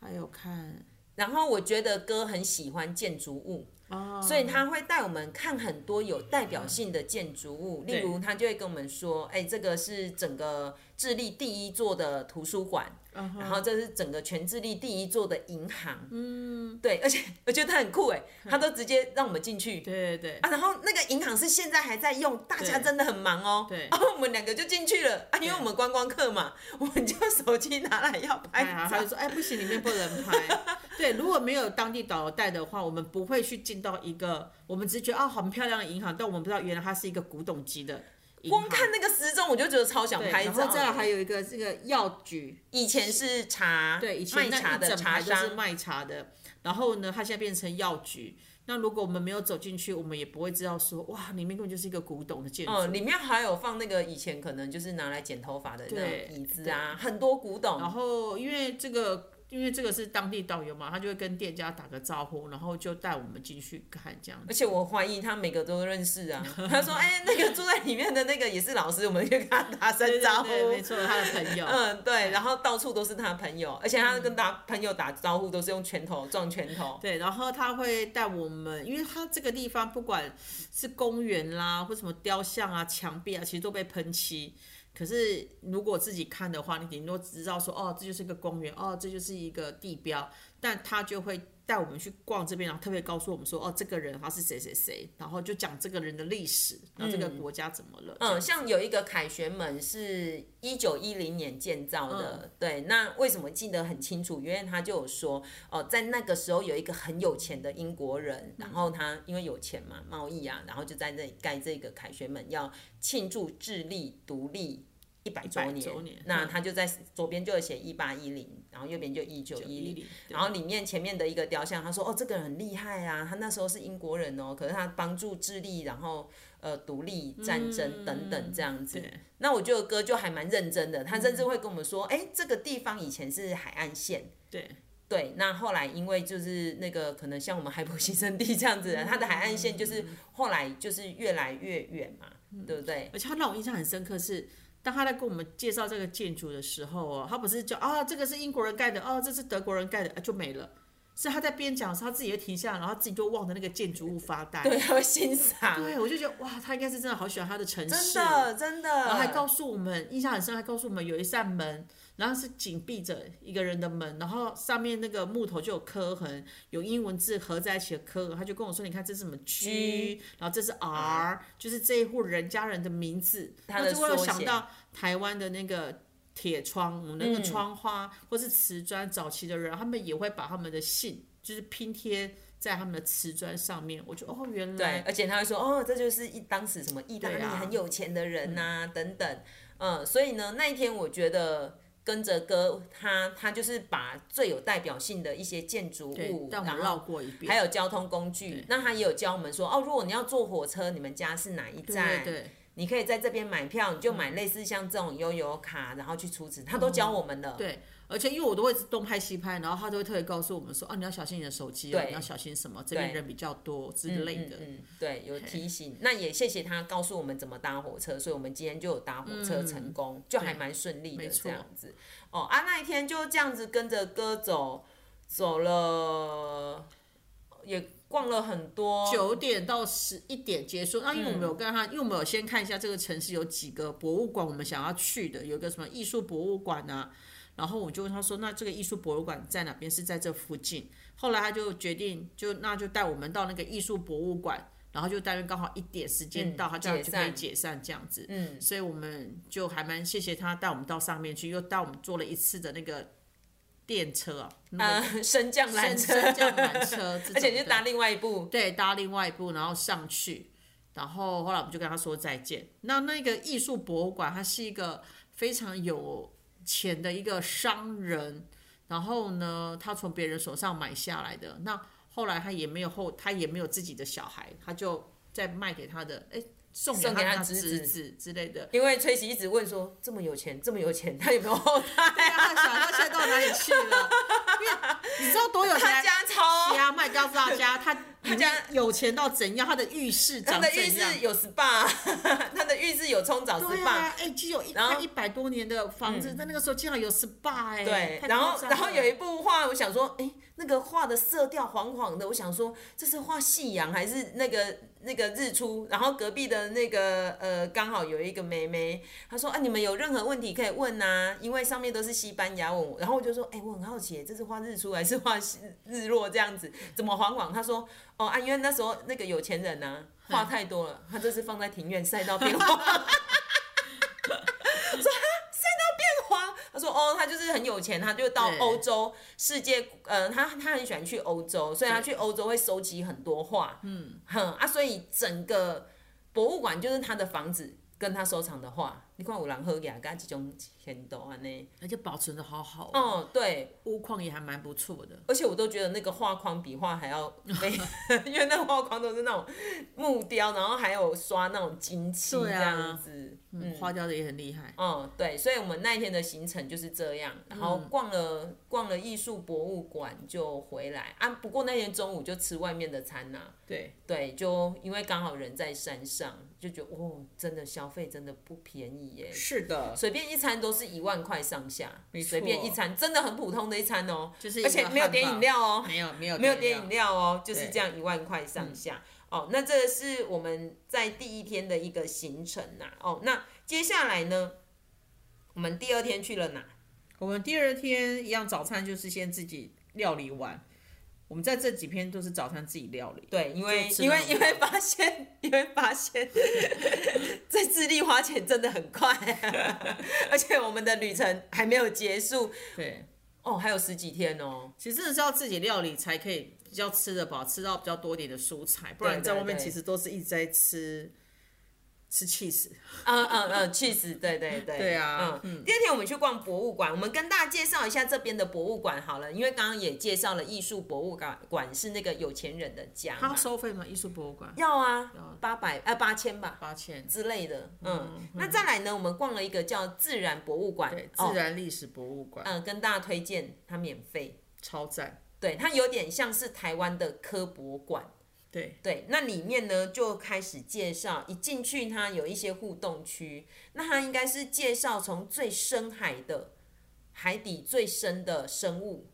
B: 还有看
A: 然后我觉得哥很喜欢建筑物，
B: 哦，
A: 所以他会带我们看很多有代表性的建筑物，
B: 嗯
A: 例如他就会跟我们说，哎、这个是整个智利第一座的图书馆，
B: 嗯
A: 然后这是整个全智利第一座的银行，嗯，对，而且 我觉得他很酷哎，他都直接让我们进去，
B: 对对对，
A: 啊，然后那个银行是现在还在用，大家真的很忙哦。
B: 对
A: 然后我们两个就进去了啊，因为我们观光客嘛，我们就手机拿来要拍
B: 哎呀，他就
A: 照。
B: 说哎不行，里面不能 拍。对，如果没有当地导游带的话，我们不会去进到一个，我们只是觉得哦很漂亮的银行，但我们不知道原来它是一个古董级的银
A: 光
B: 行。
A: 看那个时钟，我就觉得超想
B: 对
A: 拍
B: 然
A: 照
B: 后
A: 的。
B: 再来还有一个这个药局，
A: 以前是茶，
B: 对，以
A: 卖
B: 前那
A: 茶
B: 一
A: 的
B: 整
A: 茶
B: 排都是
A: 商，
B: 卖茶的，然后呢，它现在变成药局。那如果我们没有走进去，我们也不会知道说，哇，里面根本就是一个古董的建筑。
A: 嗯，里面还有放那个以前可能就是拿来剪头发的那
B: 对
A: 种椅子啊，很多古董。
B: 然后因为这个，因为这个是当地导游嘛，他就会跟店家打个招呼，然后就带我们进去看这样
A: 而。且我怀疑他每个都认识啊。他说：“哎、那个住在里面的那个也是老师，我们就跟他打声招呼。
B: 对对对没错，他的朋友。
A: 嗯，对，然后到处都是他朋友，而且他跟打朋友打招呼都是用拳头撞拳头。
B: 对，然后他会带我们，因为他这个地方不管是公园啦，或什么雕像啊、墙壁啊，其实都被喷漆。可是如果自己看的话，你顶多只知道说，哦，这就是一个公园，哦，这就是一个地标，但他就会带我们去逛这边，然后特别告诉我们说，哦，这个人他是谁谁谁，然后就讲这个人的历史，然后这个国家怎么了。
A: 嗯，像有一个凯旋门是一九一零年建造的，
B: 嗯
A: 对。那为什么记得很清楚？因为他就有说，哦、在那个时候有一个很有钱的英国人，
B: 嗯
A: 然后他因为有钱嘛，贸易啊，然后就在这里盖这个凯旋门，要庆祝智利独立。一百周
B: 100周年
A: 那
B: 嗯
A: 他就在左边就有写一八一零，然后右边就一九一零
B: 1910，
A: 然后里面前面的一个雕像，他说哦，这个人很厉害啊，他那时候是英国人哦，可是他帮助智利，然后呃独立
B: 嗯
A: 战争等等这样子。
B: 对嗯
A: 那我觉得哥就还蛮认真的，他甚至会跟我们说，哎、这个地方以前是海岸线。
B: 对
A: 对，那后来因为就是那个可能像我们海普新生地这样子的，
B: 嗯
A: 它的海岸线就是后来就是越来越远嘛，
B: 嗯
A: 对不对？
B: 而且他让我印象很深刻是，当他在跟我们介绍这个建筑的时候哦，他不是就啊、这个是英国人盖的，哦这是德国人盖的，啊就没了。是他在边讲的时候，他自己会停下来，然后自己就望着那个建筑物发呆。
A: 对，他会欣赏，
B: 对，我就觉得哇，他应该是真的好喜欢他的城
A: 真
B: 市。
A: 的真的。
B: 然后还告诉我们，印象很深，还告诉我们有一扇门，然后是紧闭着一个人的门，然后上面那个木头就有刻痕，有英文字合在一起的刻痕。他就跟我说：“你看这是什么
A: 嗯
B: G，然后这是 R，就是这一户人家人的名字。”
A: 他
B: 那
A: 嗯的
B: 就会有
A: 缩
B: 想
A: 写
B: 到台湾的那个。铁窗，我们那个窗花、或是瓷砖，早期的人他们也会把他们的姓就是拼贴在他们的瓷砖上面。我就哦，原
A: 对
B: 来，
A: 而且他会说哦，这就是一当时什么意大利
B: 对啊
A: 很有钱的人呐、等等，嗯，所以呢，那一天我觉得跟着哥他他就是把最有代表性的一些建筑物，
B: 但我们
A: 然
B: 绕
A: 后
B: 过一遍，
A: 还有交通工具，那他也有教我们说哦，如果你要坐火车，你们家是哪一站？
B: 对对。嗯
A: 你可以在这边买票，你就买类似像这种悠游卡，然后去储值，他都教我们了。
B: 对，而且因为我都会东拍西拍，然后他都会特别告诉我们说，啊，你要小心你的手机、哦，
A: 对
B: 你要小心什么，这边
A: 对
B: 人比较多之
A: 嗯
B: 类的。
A: 嗯嗯，对，有提醒。那也谢谢他告诉我们怎么搭火车，所以我们今天就有搭火车成功，就还蛮顺利的
B: 嗯没错
A: 这样子。哦啊，那一天就这样子跟着哥走，走了，也逛了很多。
B: 九点到十一点结束，那因为我们
A: 嗯
B: 有跟他，因为我们有先看一下这个城市有几个博物馆我们想要去的，有一个什么艺术博物馆啊，然后我就问他说，那这个艺术博物馆在哪边？是在这附近。后来他就决定，就那就带我们到那个艺术博物馆，然后就大约刚好一点时间到，
A: 嗯
B: 他这样
A: 解
B: 就可以
A: 散
B: 解散这样子。
A: 嗯，
B: 所以我们就还蛮谢谢他带我们到上面去，又带我们坐了一次的那个电车啊，嗯那
A: 呃
B: 个，
A: 升降缆
B: 升
A: 车，
B: 升降 缆车这种的，
A: 而且就搭另外一部。
B: 对搭另外一部，然后上去，然后后来我们就跟他说再见。那那个艺术博物馆，它是一个非常有钱的一个商人，然后呢，他从别人手上买下来的。那后来他也没有后，他也没有自己的小孩，他就再卖给他的，哎，送给
A: 送给
B: 他
A: 他
B: 的
A: 侄
B: 侄
A: 子
B: 子之类的。
A: 因为崔喜一直问说这么有钱，这么有钱，他有没有后
B: 对
A: 代？
B: 啊，想到现在到哪里去了？因为你知道多有钱
A: 他？家超，
B: 家卖告诉大家，他他
A: 家
B: 有钱到怎样？他的浴室
A: 他
B: 长
A: 的浴
B: 怎样
A: 室？有 SPA，他 的浴室有冲澡 SPA，、
B: 对啊，哎，只有一
A: 然后
B: 块一百多年的房子，在那个时候竟然有 SPA
A: 嗯
B: 哎，
A: 对，
B: 太
A: 然后
B: 夸张
A: 然后
B: 了
A: 有一部画，我想说，哎，那个画的色调黄黄的，我想说这是画夕阳还是那个那个日出？然后隔壁的那个呃，刚好有一个妹妹，她说啊，你们有任何问题可以问啊，因为上面都是西班牙文。然后我就说，哎，我很好奇，这是画日出还是画西日落这样子？怎么黄黄？她说，哦啊，因为那时候那个有钱人啊，画太多了，他这是放在庭院晒到变黄。 花，他说哦，他就是很有钱，他就到
B: 对
A: 欧洲世界，呃，他他很喜欢去欧洲，所以他去欧洲会收集很多画，嗯哼啊，所以整个博物馆就是他的房子，跟他收藏的话，你看有人喝牙，跟这种很多安尼。
B: 而且保存的好好、哦，
A: 哦，对，
B: 屋况也还蛮不错的。
A: 而且我都觉得那个画框比画还要美，因为那个画框都是那种木雕，然后还有刷那种金漆这
B: 对啊
A: 样子。
B: 嗯，花雕的也很厉害。
A: 嗯，对，所以我们那一天的行程就是这样，然后
B: 嗯
A: 逛了、逛了艺术博物馆就回来啊。不过那天中午就吃外面的餐呐、
B: 对，
A: 对，就因为刚好人在山上，就觉得哦，真的消费真的不便宜耶，
B: 是的，
A: 随便一餐都是一万块上下，
B: 没错
A: 随便一餐真的很普通的一餐哦，
B: 就是一个
A: 而且没有点饮料哦，
B: 没有没有
A: 没有点
B: 点
A: 饮
B: 料，
A: 料哦，就是这样一万块上下。
B: 嗯
A: 哦，那这是我们在第一天的一个行程呐、哦，那接下来呢，我们第二天去了哪？
B: 我们第二天一样，早餐就是先自己料理完。我们在这几篇都是早餐自己料理。
A: 对，因为
B: 就吃
A: 因为
B: 那种
A: 因为发现， 因为发 现在智利花钱真的很快、啊 而且我们的旅程还没有结束
B: 对，
A: 哦，还有十几天哦。
B: 其实真的是要自己料理才可以比较吃得饱，吃到比较多点的蔬菜，不
A: 对
B: 然
A: 对
B: 在外面
A: 对
B: 其实都是一直在吃吃 cheese。
A: 嗯嗯嗯，确实，对对对，
B: 对啊
A: 嗯。第二天我们去逛博物馆，我们跟大家介绍一下这边的博物馆好了，因为刚刚也介绍了艺术博物馆，馆是那个有钱人的家
B: 它
A: 嘛
B: 要。收费吗？艺术博物馆
A: 要啊，
B: 哦
A: 八百呃八千吧
B: 八千，
A: 之类的，嗯。那再来呢，我们逛了一个叫自然博物馆，
B: 对，
A: 哦
B: 自然历史博物馆、
A: 嗯，跟大家推荐它免费，
B: 超赞。
A: 对，它有点像是台湾的科博馆。
B: 对，
A: 对，那里面呢就开始介绍，一进去它有一些互动区，那它应该是介绍从最深海的海底最深的生物。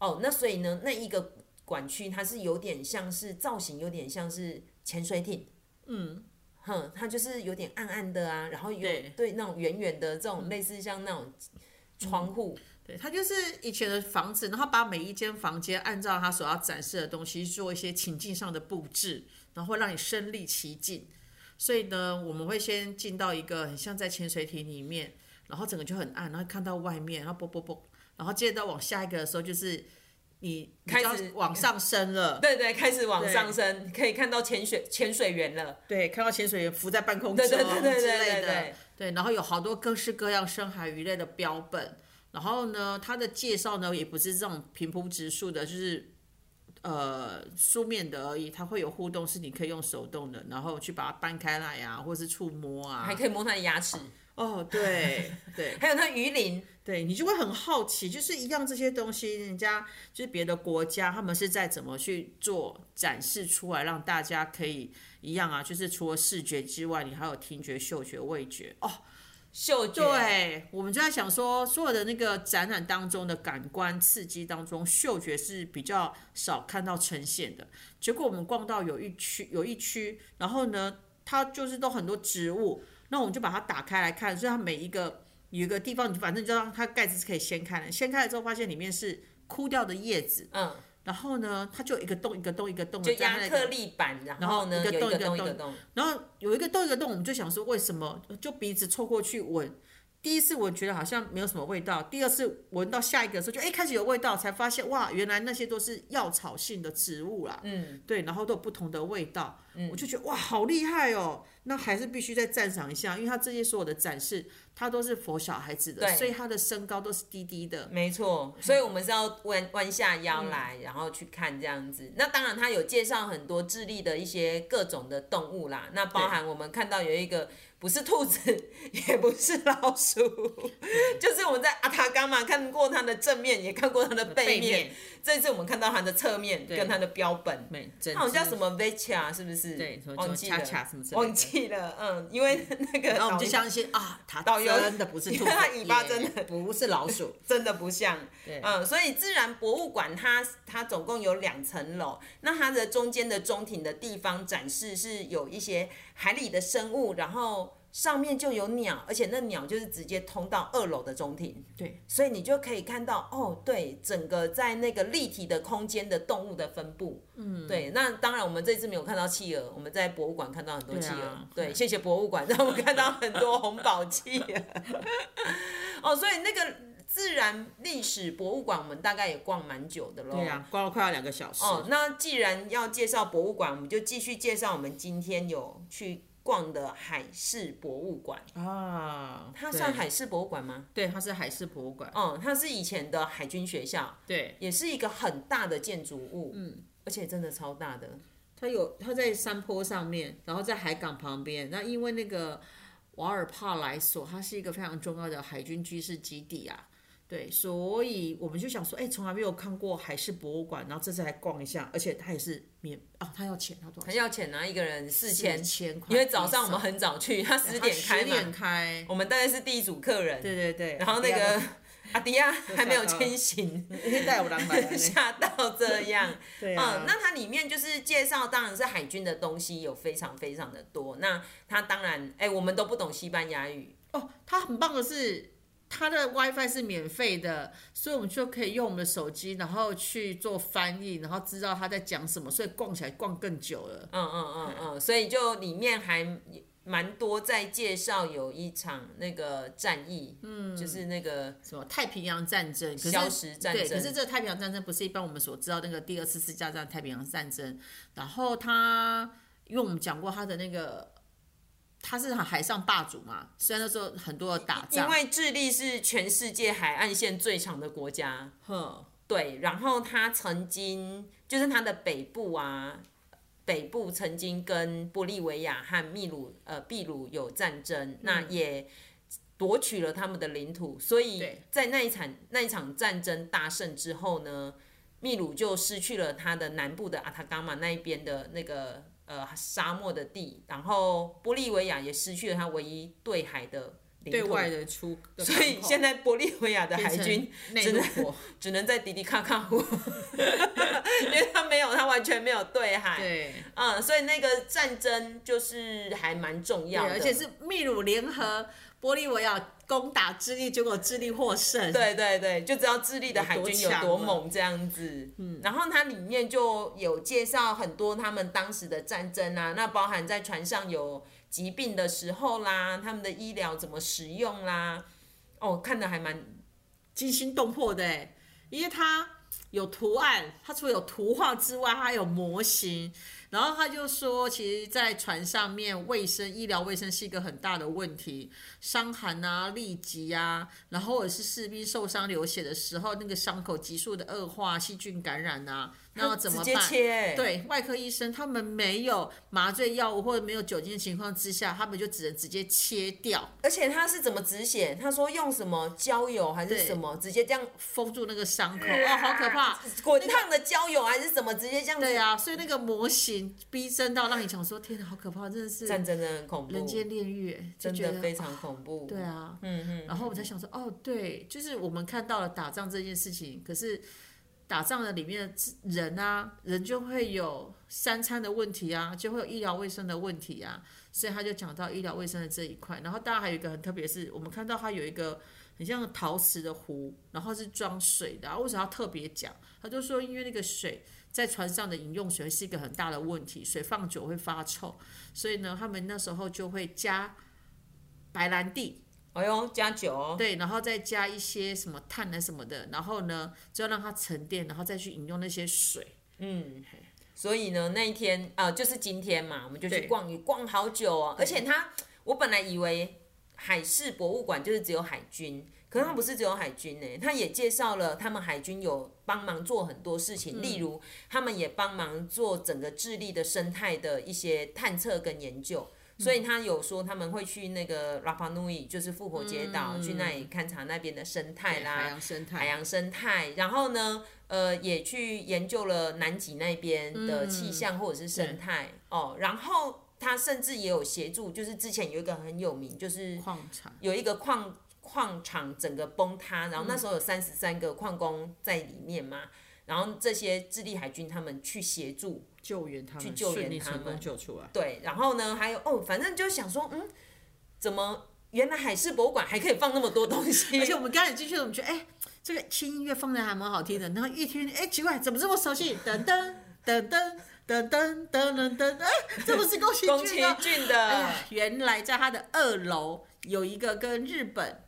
A: 哦，那所以呢，那一个管区它是有点像是造型，有点像是潜水艇。嗯。哼，它就是有点暗暗的啊，然后有
B: 对嗯
A: 对那种圆圆的这种类似像那种窗户，
B: 对，它就是以前的房子，然后把每一间房间按照它所要展示的东西做一些情境上的布置，然后会让你身临其境。所以呢，我们会先进到一个很像在潜水艇里面，然后整个就很暗，然后看到外面，然后啵啵啵，然后接着到往下一个的时候，就是你
A: 开始
B: 你就要往上 升了，
A: 对对，开始往上升，可以看到潜水潜水员了。
B: 对，看到潜水员浮在半空中
A: 对
B: 之
A: 对对
B: 类的，
A: 对对对对
B: 对，然后有好多各式各样深海鱼类的标本，然后呢，它的介绍呢也不是这种平铺直述的，就是呃书面的而已，它会有互动，是你可以用手动的，然后去把它搬开来啊，或是触摸啊
A: 还。可以摸它的牙齿，
B: 哦，对对
A: 还有它鱼鳞，
B: 对，你就会很好奇，就是一样这些东西，人家就是别的国家，他们是在怎么去做展示出来，让大家可以一样啊，就是除了视觉之外，你还有听觉、嗅觉、味觉哦，
A: 嗅觉，
B: 对，我们就在想说，所有的那个展览当中的感官刺激当中，嗅觉是比较少看到呈现的。结果我们逛到有一区，有一区，然后呢，它就是都很多植物，那我们就把它打开来看，所以它每一个有一个地方，你反正你就让它盖子是可以掀开的，掀开了之后发现里面是枯掉的叶子，
A: 嗯，
B: 然后呢，它就一个洞一个洞一个洞
A: 就
B: 的在
A: 亚
B: 那
A: 克
B: 个。
A: 力板，然
B: 然
A: 后
B: 后
A: 呢
B: 一个
A: 有
B: 洞
A: 一个
B: 一个
A: 洞一个
B: 洞
A: 洞，
B: 然后有一个洞一个洞，我们就想说为什么？就鼻子凑过去闻，第一次闻觉得好像没有什么味道，第二次闻到下一个的时候就哎开始有味道，才发现哇，原来那些都是药草性的植物啦。
A: 嗯，
B: 对，然后都有不同的味道，我就觉得哇，好厉害哦！那还是必须再赞赏一下，因为它这些所有的展示，它都是佛小孩子的，
A: 对
B: 所以它的身高都是低低的。
A: 没错，所以我们是要弯弯下腰来，然后去看这样子。那当然，它有介绍很多智利的一些各种的动物啦，那包含我们看到有一个不是兔子，也不是老鼠， 就是我们在阿塔伽马看过它的正面，也看过它的背面。
B: 背面
A: 这次我们看到它的侧面跟它的标本。
B: 美，它
A: 它好像叫什么 Vecha 是不是？
B: 对什么
A: 忘记
B: 什
A: 了
B: 么恰恰什么之类的
A: 忘记了，嗯，因为那个
B: 然后我们就
A: 导游
B: 相信啊，它
A: 导游
B: 真的不是
A: 因
B: 兔
A: 为
B: 子，
A: 它尾巴
B: 也
A: 真的
B: 不是老鼠，
A: 真的不像，
B: 对
A: 嗯，所以自然博物馆它它总共有两层楼，那它的中间的中庭的地方展示是有一些海里的生物，然后上面就有鸟，而且那鸟就是直接通到二楼的中庭，
B: 对，
A: 所以你就可以看到哦，对，整个在那个立体的空间的动物的分布，嗯，对。那当然，我们这次没有看到企鹅，我们在博物馆看到很多企鹅，
B: 对啊
A: 对，谢谢博物馆让我们看到很多红宝企鹅。哦，所以那个自然历史博物馆，我们大概也逛蛮久的哦喽。
B: 对呀、啊，逛了快要两个小时。
A: 哦，那既然要介绍博物馆，我们就继续介绍我们今天有去逛的海事博物馆。
B: 啊，
A: 它
B: 它
A: 算海事博物馆吗？
B: 对，它是海事博物馆，
A: 嗯，它是以前的海军学校，
B: 对，
A: 也是一个很大的建筑物，嗯，而且真的超大的，
B: 它有它在山坡上面，然后在海港旁边。那因为那个瓦尔帕莱索，它是一个非常重要的海军军事基地啊，对，所以我们就想说，哎，从来没有看过海事博物馆，然后这次来逛一下，而且它也是免啊，它要钱，它多少
A: 很
B: 钱？
A: 要钱啊，一个人四千，
B: 千块，
A: 因为早上我们很早去，他十点开
B: 十点
A: 嘛，
B: 开，
A: 我们大概是第一组客人，
B: 对对对，啊
A: 然后那个阿迪亚还没有清醒，
B: 黑带我狼 来了呢，
A: 吓到这样。
B: 对
A: 嗯
B: 啊，，
A: 那它里面就是介绍，当然是海军的东西有非常非常的多。那它当然，哎、我们都不懂西班牙语，
B: 哦，它很棒的是，它的 WiFi 是免费的，所以我们就可以用我们的手机，然后去做翻译，然后知道他在讲什么，所以逛起来逛更久了。
A: 嗯嗯嗯嗯，所以就里面还蛮多在介绍有一场那个战役，嗯，就是那个
B: 什么太平洋战争，可是
A: 消失战争
B: 对，可是这个太平洋战争不是一般我们所知道那个第二次世界大战太平洋战争。然后他，因为我们讲过他的那个，他是海上霸主嘛，虽然那时候很多的打
A: 因
B: 仗，
A: 为智利是全世界海岸线最长的国家，
B: 哼，
A: 对，然后它曾经就是它的北部啊，北部曾经跟玻利维亚和秘鲁呃秘鲁有战争，那
B: 嗯
A: 也夺取了他们的领土，所以
B: 对
A: 在那一场那一场战争大胜之后呢，秘鲁就失去了它的南部的阿塔伽马那一边的那个呃沙漠的地，然后玻利维亚也失去了它唯一对海的领土。
B: 对外的出的港口，
A: 所以现在玻利维亚的海
B: 变成
A: 军
B: 内
A: 真的
B: 陆国，
A: 只能在迪迪卡卡湖， 因为他没有，他完全没有对海。
B: 对。
A: 嗯，所以那个战争就是还蛮重要
B: 对，
A: 的，
B: 而且是秘鲁联合玻利维亚攻打智利，结果智利获胜。，
A: 对对对，就知道智利的海军有多
B: 有多强
A: 猛这样子。嗯，然后它里面就有介绍很多他们当时的战争啊，那包含在船上有疾病的时候啦，他们的医疗怎么使用啦，哦，看的还蛮
B: 惊心动魄的欸，因为它有图案，它除了有图画之外，它还有模型。然后他就说，其实，在船上面，卫生、医疗卫生是一个很大的问题，伤寒啊、痢疾啊，然后或者是士兵受伤流血的时候，那个伤口急速的恶化，细菌感染啊，那要怎么
A: 直接
B: 办？
A: 切、欸，
B: 对，外科医生他们没有麻醉药物或者没有酒精的情况之下，他们就只能直接切掉，
A: 而且他是怎么止血？他说用什么焦油还是
B: 对
A: 什么，直接这样
B: 封住那个伤口，
A: 啊
B: 哦，好可怕！
A: 滚烫的焦油还是什么，直接这样子。
B: 对啊，所以那个模型逼真到让你想说，天哪，好可怕，真的是
A: 战争真的很恐怖，
B: 人间炼狱欸，就
A: 真
B: 觉
A: 的
B: 得
A: 非常恐怖。
B: 对，啊。
A: 嗯嗯。
B: 然后我才想说，哦，对，就是我们看到了打仗这件事情，可是打仗的里面的人啊，人就会有三餐的问题啊，就会有医疗卫生的问题啊，所以他就讲到医疗卫生的这一块。然后当然还有一个很特别是，我们看到它有一个很像陶瓷的壶，然后是装水的、啊，为什么要特别讲？他就说，因为那个水。在船上的饮用水是一个很大的问题，水放久会发臭，所以呢，他们那时候就会加白兰地，
A: 哎呦，加酒哦，
B: 对，然后再加一些什么碳啊什么的，然后呢，就要让它沉淀，然后再去饮用那些水。
A: 所以呢，那一天呃，就是今天嘛，我们就去
B: 对
A: 逛一逛好久哦。而且它，我本来以为海事博物馆就是只有海军，可是它不是只有海军呢、它也介绍了他们海军有帮忙做很多事情，例如他们也帮忙做整个智利的生态的一些探测跟研究。所以他有说他们会去那个拉帕努伊，就是复活节岛，去那里勘察那边的生态啦，
B: 海洋生态，
A: 海洋生态，然后呢，呃，也去研究了南极那边
B: 嗯
A: 的气象或者是生态、哦，然后他甚至也有协助，就是之前有一个很有名，就是
B: 矿产，
A: 有一个矿矿场整个崩塌，然后那时候有三十三个矿工在里面嘛，然后这些智利海军他们去协助，
B: 救援他们，
A: 去救援
B: 顺利
A: 他
B: 成功
A: 们
B: 救出来。
A: 对，然后呢，还有哦，反正就想说，嗯，怎么原来海事博物馆还可以放那么多东西，
B: 而且我们刚才进去的时候，我们觉得哎、这个轻音乐放的还蛮好听的，然后一听，哎、奇怪，怎么这么熟悉？噔噔噔噔噔噔噔噔噔，哎、这不是宫崎
A: 宫崎
B: 骏吗？
A: 骏的。
B: 哎呀，原来在他的二楼有一个跟日本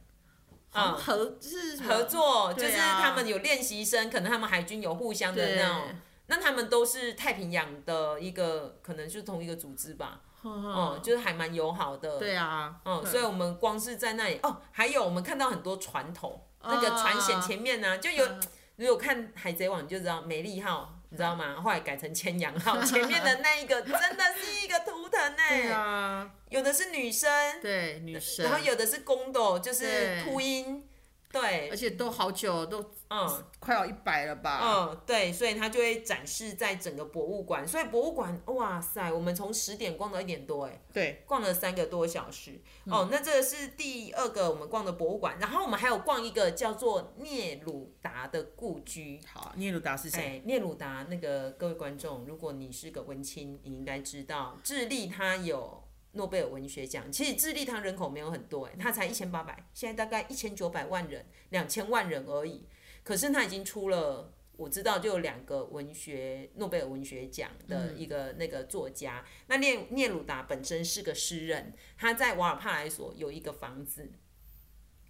B: 好像嗯合、是什么
A: 合作，就
B: 对啊
A: 是他们有练习生，可能他们海军有互相的那种
B: 对，
A: 那他们都是太平洋的一个，可能是同一个组织吧。哦、
B: 哦
A: 就是还蛮友好的。
B: 对啊，
A: 嗯，所以我们光是在那里哦，还有我们看到很多船头，那
B: 啊
A: 个船舷前面呢、就有，
B: 嗯
A: 如果看《海贼王》你就知道美丽号，你知道吗？后来改成千阳号，前面的那一个真的是一个图腾 哎、
B: 对啊，
A: 有的是女生，
B: 对女生，
A: 然后有的是公斗，就是
B: 对
A: 秃鹰，对，
B: 而且都好久，都
A: 嗯。
B: 快要一百了吧？
A: 嗯，对，所以它就会展示在整个博物馆。所以博物馆，哇塞，我们从十点逛到一点多，哎，
B: 对，
A: 逛了三个多小时。哦，那这个是第二个我们逛的博物馆，然后我们还有逛一个叫做聂鲁达的故居。
B: 好，聂鲁达是谁？
A: 哎，聂鲁达那个各位观众，如果你是个文青，你应该知道，智利它有诺贝尔文学奖。其实智利它人口没有很多，哎，它才一千八百，现在大概一千九百万人，两千万人而已。可是它已经出了，我知道就有两个文学诺贝尔文学奖的一个那个作家。那聂聂鲁达本身是个诗人，他在瓦尔帕莱索有一个房子。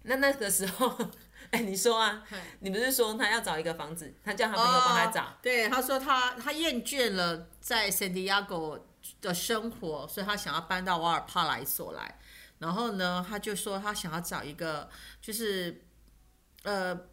A: 那那个时候， 哎、你说啊，你不是说他要找一个房子，他叫他朋友帮他找，
B: 哦对，他说他他厌倦了在 San Diego 的生活，所以他想要搬到瓦尔帕莱索来。然后呢，他就说他想要找一个就是呃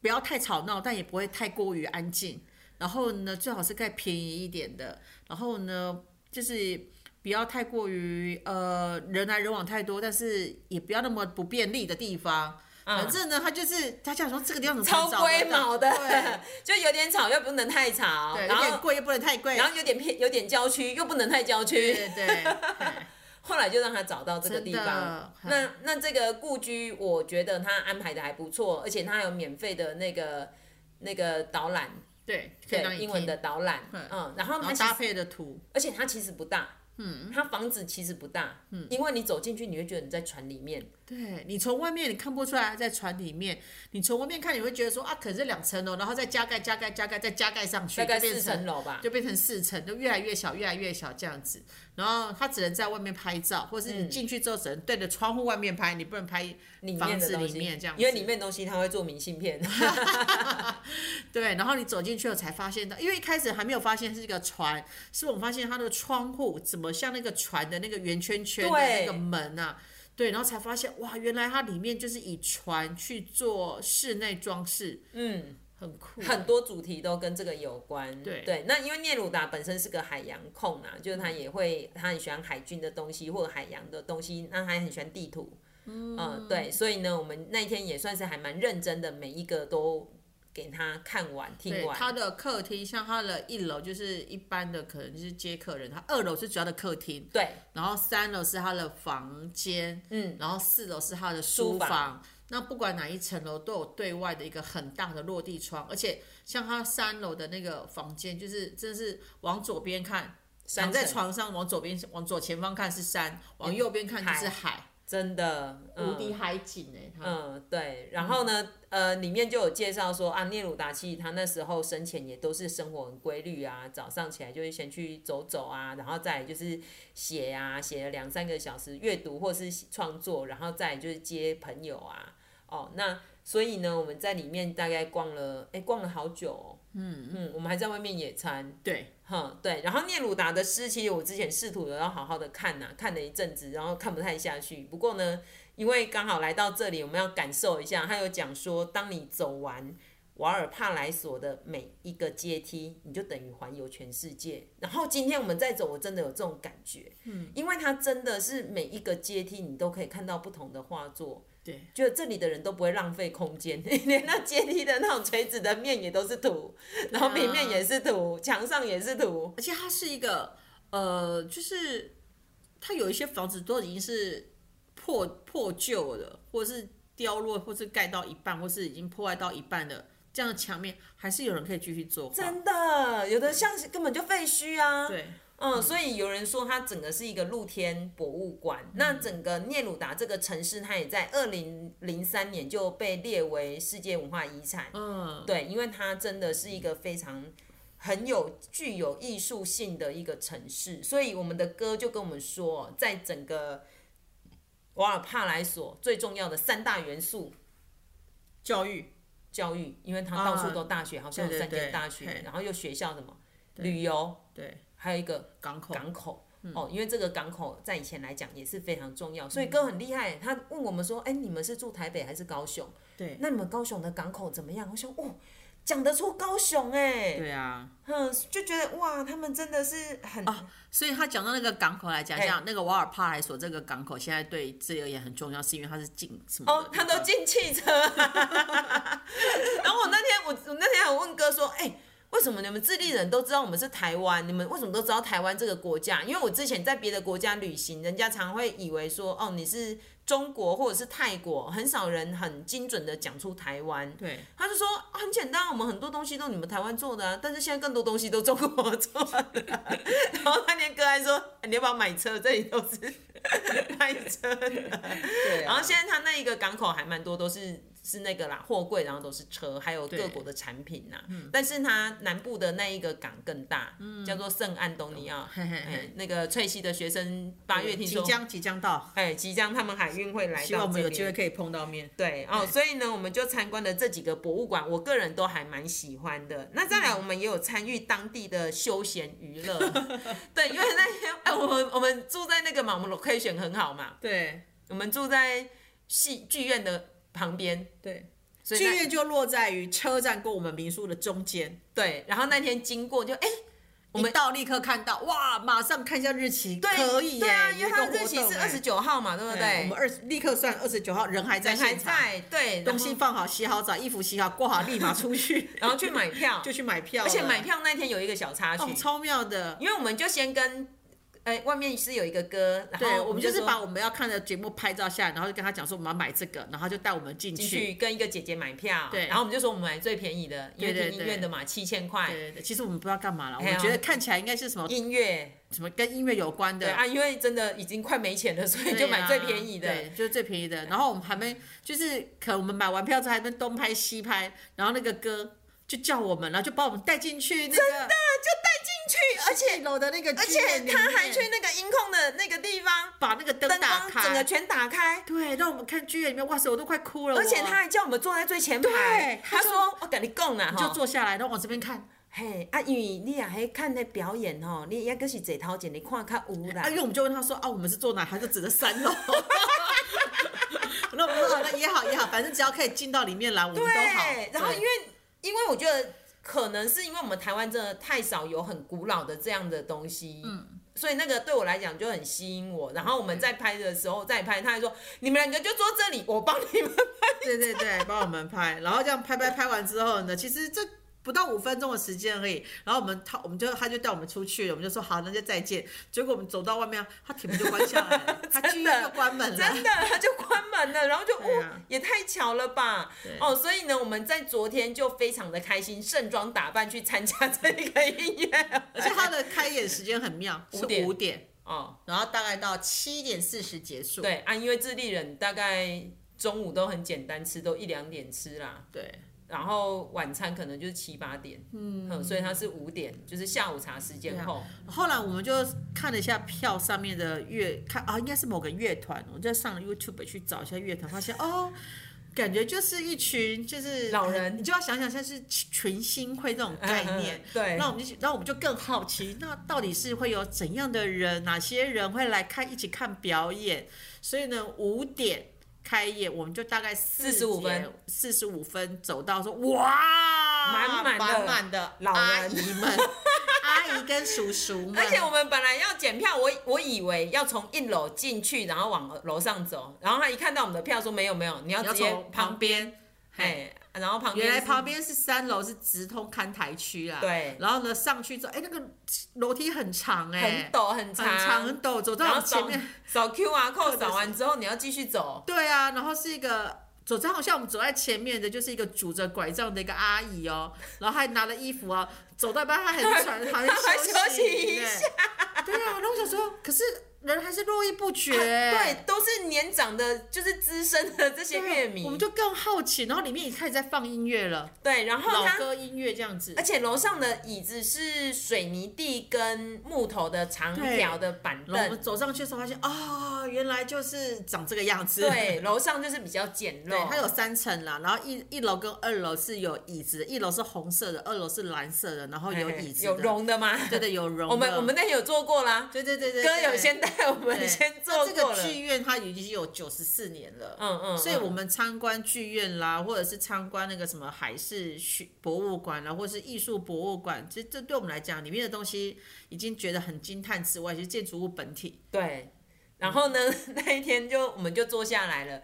B: 不要太吵闹，但也不会太过于呃安静。然后呢，最好是盖便宜一点的。然后呢，就是不要太过于呃人来人往太多，但是也不要那么不便利的地方。反正呢，他就是他想说这个地方怎么
A: 嗯
B: 才
A: 超
B: 找
A: 龟
B: 得到
A: 毛的
B: 对，
A: 就有点吵又不能太吵，
B: 对，
A: 然
B: 有点
A: 后
B: 贵又不能太贵。
A: 然后有点偏有点郊区又不能太郊区，
B: 对对，对
A: 后来就让他找到这个地
B: 真
A: 方
B: 的。
A: 那那这个故居，我觉得他安排的还不错，而且他还有免费的那个那个导览，
B: 对，可以让
A: 对
B: 你
A: 英文
B: 听
A: 的，导览，嗯，然后
B: 然
A: 他
B: 后
A: 其实
B: 搭配的图，
A: 而且它其实不大，嗯，它房子其实不大，嗯，因为你走进去，你会觉得你在船里面，
B: 对你从外面你看不出来在船里面，你从外面看你会觉得说啊，可是两层楼，然后再加盖加盖加盖再加盖上去，
A: 大概
B: 就变
A: 四层楼吧，
B: 就变成四层，就越来越小，越来越小这样子。然后他只能在外面拍照，或是你进去之后只能对着窗户外面拍，你不能拍
A: 嗯里
B: 房
A: 面的
B: 子
A: 东
B: 里
A: 西，
B: 面这样子。
A: 因为里面的东西它会做明信片，
B: 对，然后你走进去了才发现到，因为一开始还没有发现是一个船，是我们发现它的窗户怎么像那个船的那个圆圈圈的
A: 对
B: 那个门啊，对，然后才发现哇，原来它里面就是以船去做室内装饰，
A: 嗯，
B: 很酷，
A: 很多主题都跟这个有关。
B: 对
A: 那因为聂鲁达本身是个海洋控啊，就是他也会，他很喜欢海军的东西或者海洋的东西，那他也很喜欢地图。嗯、对，所以呢，我们那一天也算是还蛮认真的，每一个都给他看完、听
B: 对，
A: 完。
B: 它的客厅像它的一楼就是一般的，可能就是接客人，它二楼是主要的客厅，
A: 对，
B: 然后三楼是它的房间，
A: 嗯，
B: 然后四楼是它的
A: 书
B: 书
A: 房
B: 房。那不管哪一层楼都有对外的一个很大的落地窗，而且像它三楼的那个房间，就是真的是往左边看，
A: 山
B: 躺在
A: 城
B: 床上往左边往左前方看是山，往右边看就是海，
A: 真的、嗯、
B: 无敌海景哎、它
A: 嗯，对，然后呢，呃，里面就有介绍说啊，聂鲁达其实他那时候生前也都是生活很规律啊，早上起来就会先去走走啊，然后再来就是写啊，写了两三个小时阅读或是创作，然后再来就是接朋友啊，哦，那所以呢，我们在里面大概逛了，哎，逛了好久、哦，嗯嗯，我们还在外面野餐，
B: 对
A: 哼，对，然后聂鲁达的诗，其实我之前试图有要好好的看呐、看了一阵子，然后看不太下去。不过呢，因为刚好来到这里，我们要感受一下。他有讲说，当你走完瓦尔帕莱索的每一个阶梯，你就等于环游全世界。然后今天我们再走，我真的有这种感觉，嗯，因为它真的是每一个阶梯，你都可以看到不同的画作。
B: 对，
A: 觉得这里的人都不会浪费空间， 连那阶梯的那种垂直的面也都是土， 然后平面也是土，墙上也是土。
B: 而且它是一个呃，就是它有一些房子都已经是破破旧的，或是凋落，或是盖到一半，或是已经破坏到一半的这样的墙面，还是有人可以继续作画。
A: 真的，有的像是根本就废墟啊。
B: 对，
A: 嗯，所以有人说它整个是一个露天博物馆。那整个聂鲁达这个城市，它也在二零零三年就被列为世界文化遗产。
B: 嗯，
A: 对，因为它真的是一个非常很有具有艺术性的一个城市，所以我们的歌就跟我们说，在整个瓦尔帕莱索最重要的三大元素。
B: 教育
A: 教育，因为它到处
B: 啊
A: 都大学，好像有
B: 对对
A: 三间
B: 对
A: 大学，
B: 嘿
A: 然后又学校什么旅游，
B: 对
A: 还有一个
B: 港口嗯
A: 港口，哦，因为这个港口在以前来讲也是非常重要，所以哥很厉害。他问我们说：“哎、你们是住台北还是高雄？
B: 对
A: 那你们高雄的港口怎么样？”我想，哦，讲得出高雄哎、
B: 对啊，
A: 嗯，就觉得哇，他们真的是很、
B: 所以他讲到那个港口来讲，
A: 嘿
B: 像那个瓦尔帕莱索这个港口，现在对自由也很重要，是因为它是进什么的
A: 哦，他都进汽车。然后我那天我我那天还问哥说，哎、为什么你们智利人都知道我们是台湾？你们为什么都知道台湾这个国家？因为我之前在别的国家旅行，人家常会以为说，哦，你是中国或者是泰国，很少人很精准的讲出台湾。
B: 对
A: 他就说、啊很简单，我们很多东西都你们台湾做的啊，但是现在更多东西都中国做的。 然后那天哥还说，哎你要不要买车？这里都是 卖车的。
B: 对啊
A: 然后现在它那一个港口还蛮多都是是那个啦，货柜，然后都是车，还有各国的产品呐、
B: 嗯
A: 但是它南部的那一个港更大，叫做圣安东尼奥。
B: 嘿嘿嘿
A: 哎那个翠西的学生八月听
B: 即
A: 说，
B: 将即将到，
A: 哎，即将他们海运会来
B: 希望
A: 到
B: 我们有
A: 这
B: 机会
A: 边。
B: 可以碰到面。
A: 对哦，所以呢，我们就参观了这几个博物馆，我个人都还蛮喜欢的。那再来，
B: 嗯
A: 我们也有参与当地的休闲娱乐， 对，因为那天哎，我们我们住在那个嘛，我们 location 很好嘛，
B: 对
A: 我们住在戏剧院的旁边，
B: 对，
A: 所以
B: 剧
A: 那
B: 院就落在于车站跟我们民宿的中间，
A: 对。然后那天经过就哎、
B: 我们到立刻看到，哇，马上看一下日期，
A: 对，
B: 可以耶，
A: 对啊，因
B: 有
A: 为
B: 一
A: 它
B: 个
A: 的日
B: 活
A: 期
B: 动
A: 是
B: 耶
A: 二十，九号嘛，对不
B: 对，我
A: 对
B: 们？二立刻算二十九号，人还在
A: 人还
B: 现场，
A: 在，对，
B: 东
A: 然
B: 西
A: 后
B: 放好，洗好澡，衣服洗好，挂好，立马出去，，
A: 然后去买票
B: 就去买票
A: 而
B: 了，
A: 且买票那天有一个小插曲，
B: 啊哦，超妙的。
A: 因为我们就先跟。哎，外面是有一个歌，然
B: 对，
A: 后
B: 哦我们
A: 们
B: 就是
A: 说
B: 把我们要看的节目拍照下来，然后就跟他讲说我们要买这个，然后他就带我们进
A: 进
B: 去。
A: 去跟一个姐姐买票，
B: 对
A: 然后我们就说我们买最便宜的，因为
B: 对对
A: 听音乐的嘛，七千块，
B: 对对对，其实我们不知道干嘛了，我
A: 哎
B: 们
A: 呀
B: 觉得看起来应该是什么
A: 音乐
B: 什么跟音乐有关
A: 对
B: 的，
A: 啊，因为真的已经快没钱了，所以
B: 对
A: 就买最
B: 啊
A: 便宜的，
B: 对，就是最便宜的。然后我们还没，就是可能我们买完票之后还在东拍西拍，然后那个歌就叫我们，然后就把我们带进去那个
A: 去，而且
B: 一楼的那个
A: 而
B: 剧
A: 且
B: 院里面，
A: 他还去那个音控的那个地方，
B: 把那个灯
A: 灯
B: 打
A: 光整个
B: 开，哦
A: 全打开，
B: 对，让我们看剧院里面，哇塞，我都快哭了我。
A: 而且他还叫我们坐在最前排
B: 对。
A: 他
B: 他说哦
A: 说：“我跟你讲啦，
B: 你就
A: 吼
B: 坐下来，然后往这边看，
A: 嘿啊，因为你啊，还看那表演吼，你也个是坐头前，你看较有啦
B: 啊，因。为我们就问他说啊，我们是坐哪？他就指着三 楼。那我们说好，啊那也好也好，反正只要可以进到里面来，我们都好。
A: 对，然后因为因为我觉得可能是因为我们台湾真的太少有很古老的这样的东西，嗯。”所以那个对我来讲就很吸引我，然后我
B: 嗯
A: 们在拍的时候再拍，他还说你们两个就坐这里，我帮你们
B: 对对对，帮我们拍，然后这样拍拍拍完之后呢，其实这不到五分钟的时间而已。然后我们他我们就他就带我们出去了，我们就说好，那就再见。结果我们走到外面，他铁门就关下 来了，他居然就关门了。
A: 真的，他就关门了，然后就
B: 对
A: 哦
B: 啊，
A: 也太巧了吧！哦，所以呢，我们在昨天就非常的开心，盛装打扮去参加这个音乐
B: 而且他的开演时间很妙，是
A: 五点
B: 五点，
A: 哦。
B: 然后大概到七点四十结束。
A: 对啊，因为智利人大概中午都很简单吃，都一两点吃啦，
B: 对
A: 然后晚餐可能就是七八点，嗯，所以他是五点，就是下午茶时间后。
B: 后来我们就看了一下票上面的乐，看啊，应该是某个乐团，我就上了 YouTube 去找一下乐团，发现哦，感觉就是一群就是
A: 老人嗯
B: 你就要想想像是群星会这种概念。
A: 对，
B: 那我们就，那我们就更好奇，那到底是会有怎样的人，哪些人会来看一起看表演？所以呢，五点开演，我们就大概
A: 45分，
B: 四十五分走到说，哇，
A: 满满的
B: 满满的
A: 老人
B: 阿姨 们，阿姨跟叔叔们，
A: 而且我们本来要检票，我我以为要从一楼进去，然后往楼上走，然后他一看到我们的票说没有没有，你要
B: 你要
A: 直接
B: 从
A: 旁
B: 旁边，嘿，
A: 哎，然后旁边
B: 原来
A: 是
B: 旁边是三楼，是直通看台区啦。
A: 对
B: 然后呢，上去之后，哎，那个楼梯很长哎
A: 很、陡很
B: 很
A: 长，
B: 长很陡，走
A: 然
B: 到
A: 后
B: 我们前
A: 扫
B: 面。
A: 扫 QR code 扫完之后，你要继续走。
B: 对啊，然后是一个走在好像我们走在前面的，就是一个拄着拐杖的一个阿姨 哦，然后还拿了衣服啊哦，走到一半她很喘，好像
A: 她还
B: 休
A: 休息一
B: 呢。对啊，然后我想说，可是人还是络绎不绝。
A: 啊对，都是年长的，就是资深的这些乐迷。
B: 啊我们就更好奇，然后里面也开始在放音乐了，
A: 对，然后
B: 老
A: 他
B: 歌音乐这样子
A: 而。且楼上的椅子是水泥地跟木头的长
B: 对
A: 条的板
B: 然后我们
A: 凳，
B: 走上去的时候发现，啊、原来就是长这个样子。
A: 对，楼上就是比较简
B: 对，
A: 陋。
B: 它有三层啦，然后一一楼跟二楼是有椅子，一楼是红色的，二楼是蓝色的，然后有椅子的，
A: 有绒的吗？
B: 对对有绒的。
A: 我们我们那天有做过啦，
B: 对对对对，
A: 哥
B: 对
A: 有先带我们
B: 对
A: 先
B: 那
A: 做
B: 这
A: 过
B: 个
A: 了。
B: 剧院它已经有九十四年了，
A: 嗯嗯
B: 所以
A: 嗯
B: 我们参观剧院啦，或者是参观那个什么海事学博物馆啦，或者是艺术博物馆，其实这对我们来讲，里面的东西已经觉得很惊叹之外，其实建筑物本体
A: 对，然后呢，
B: 嗯
A: 那一天就我们就坐下来了，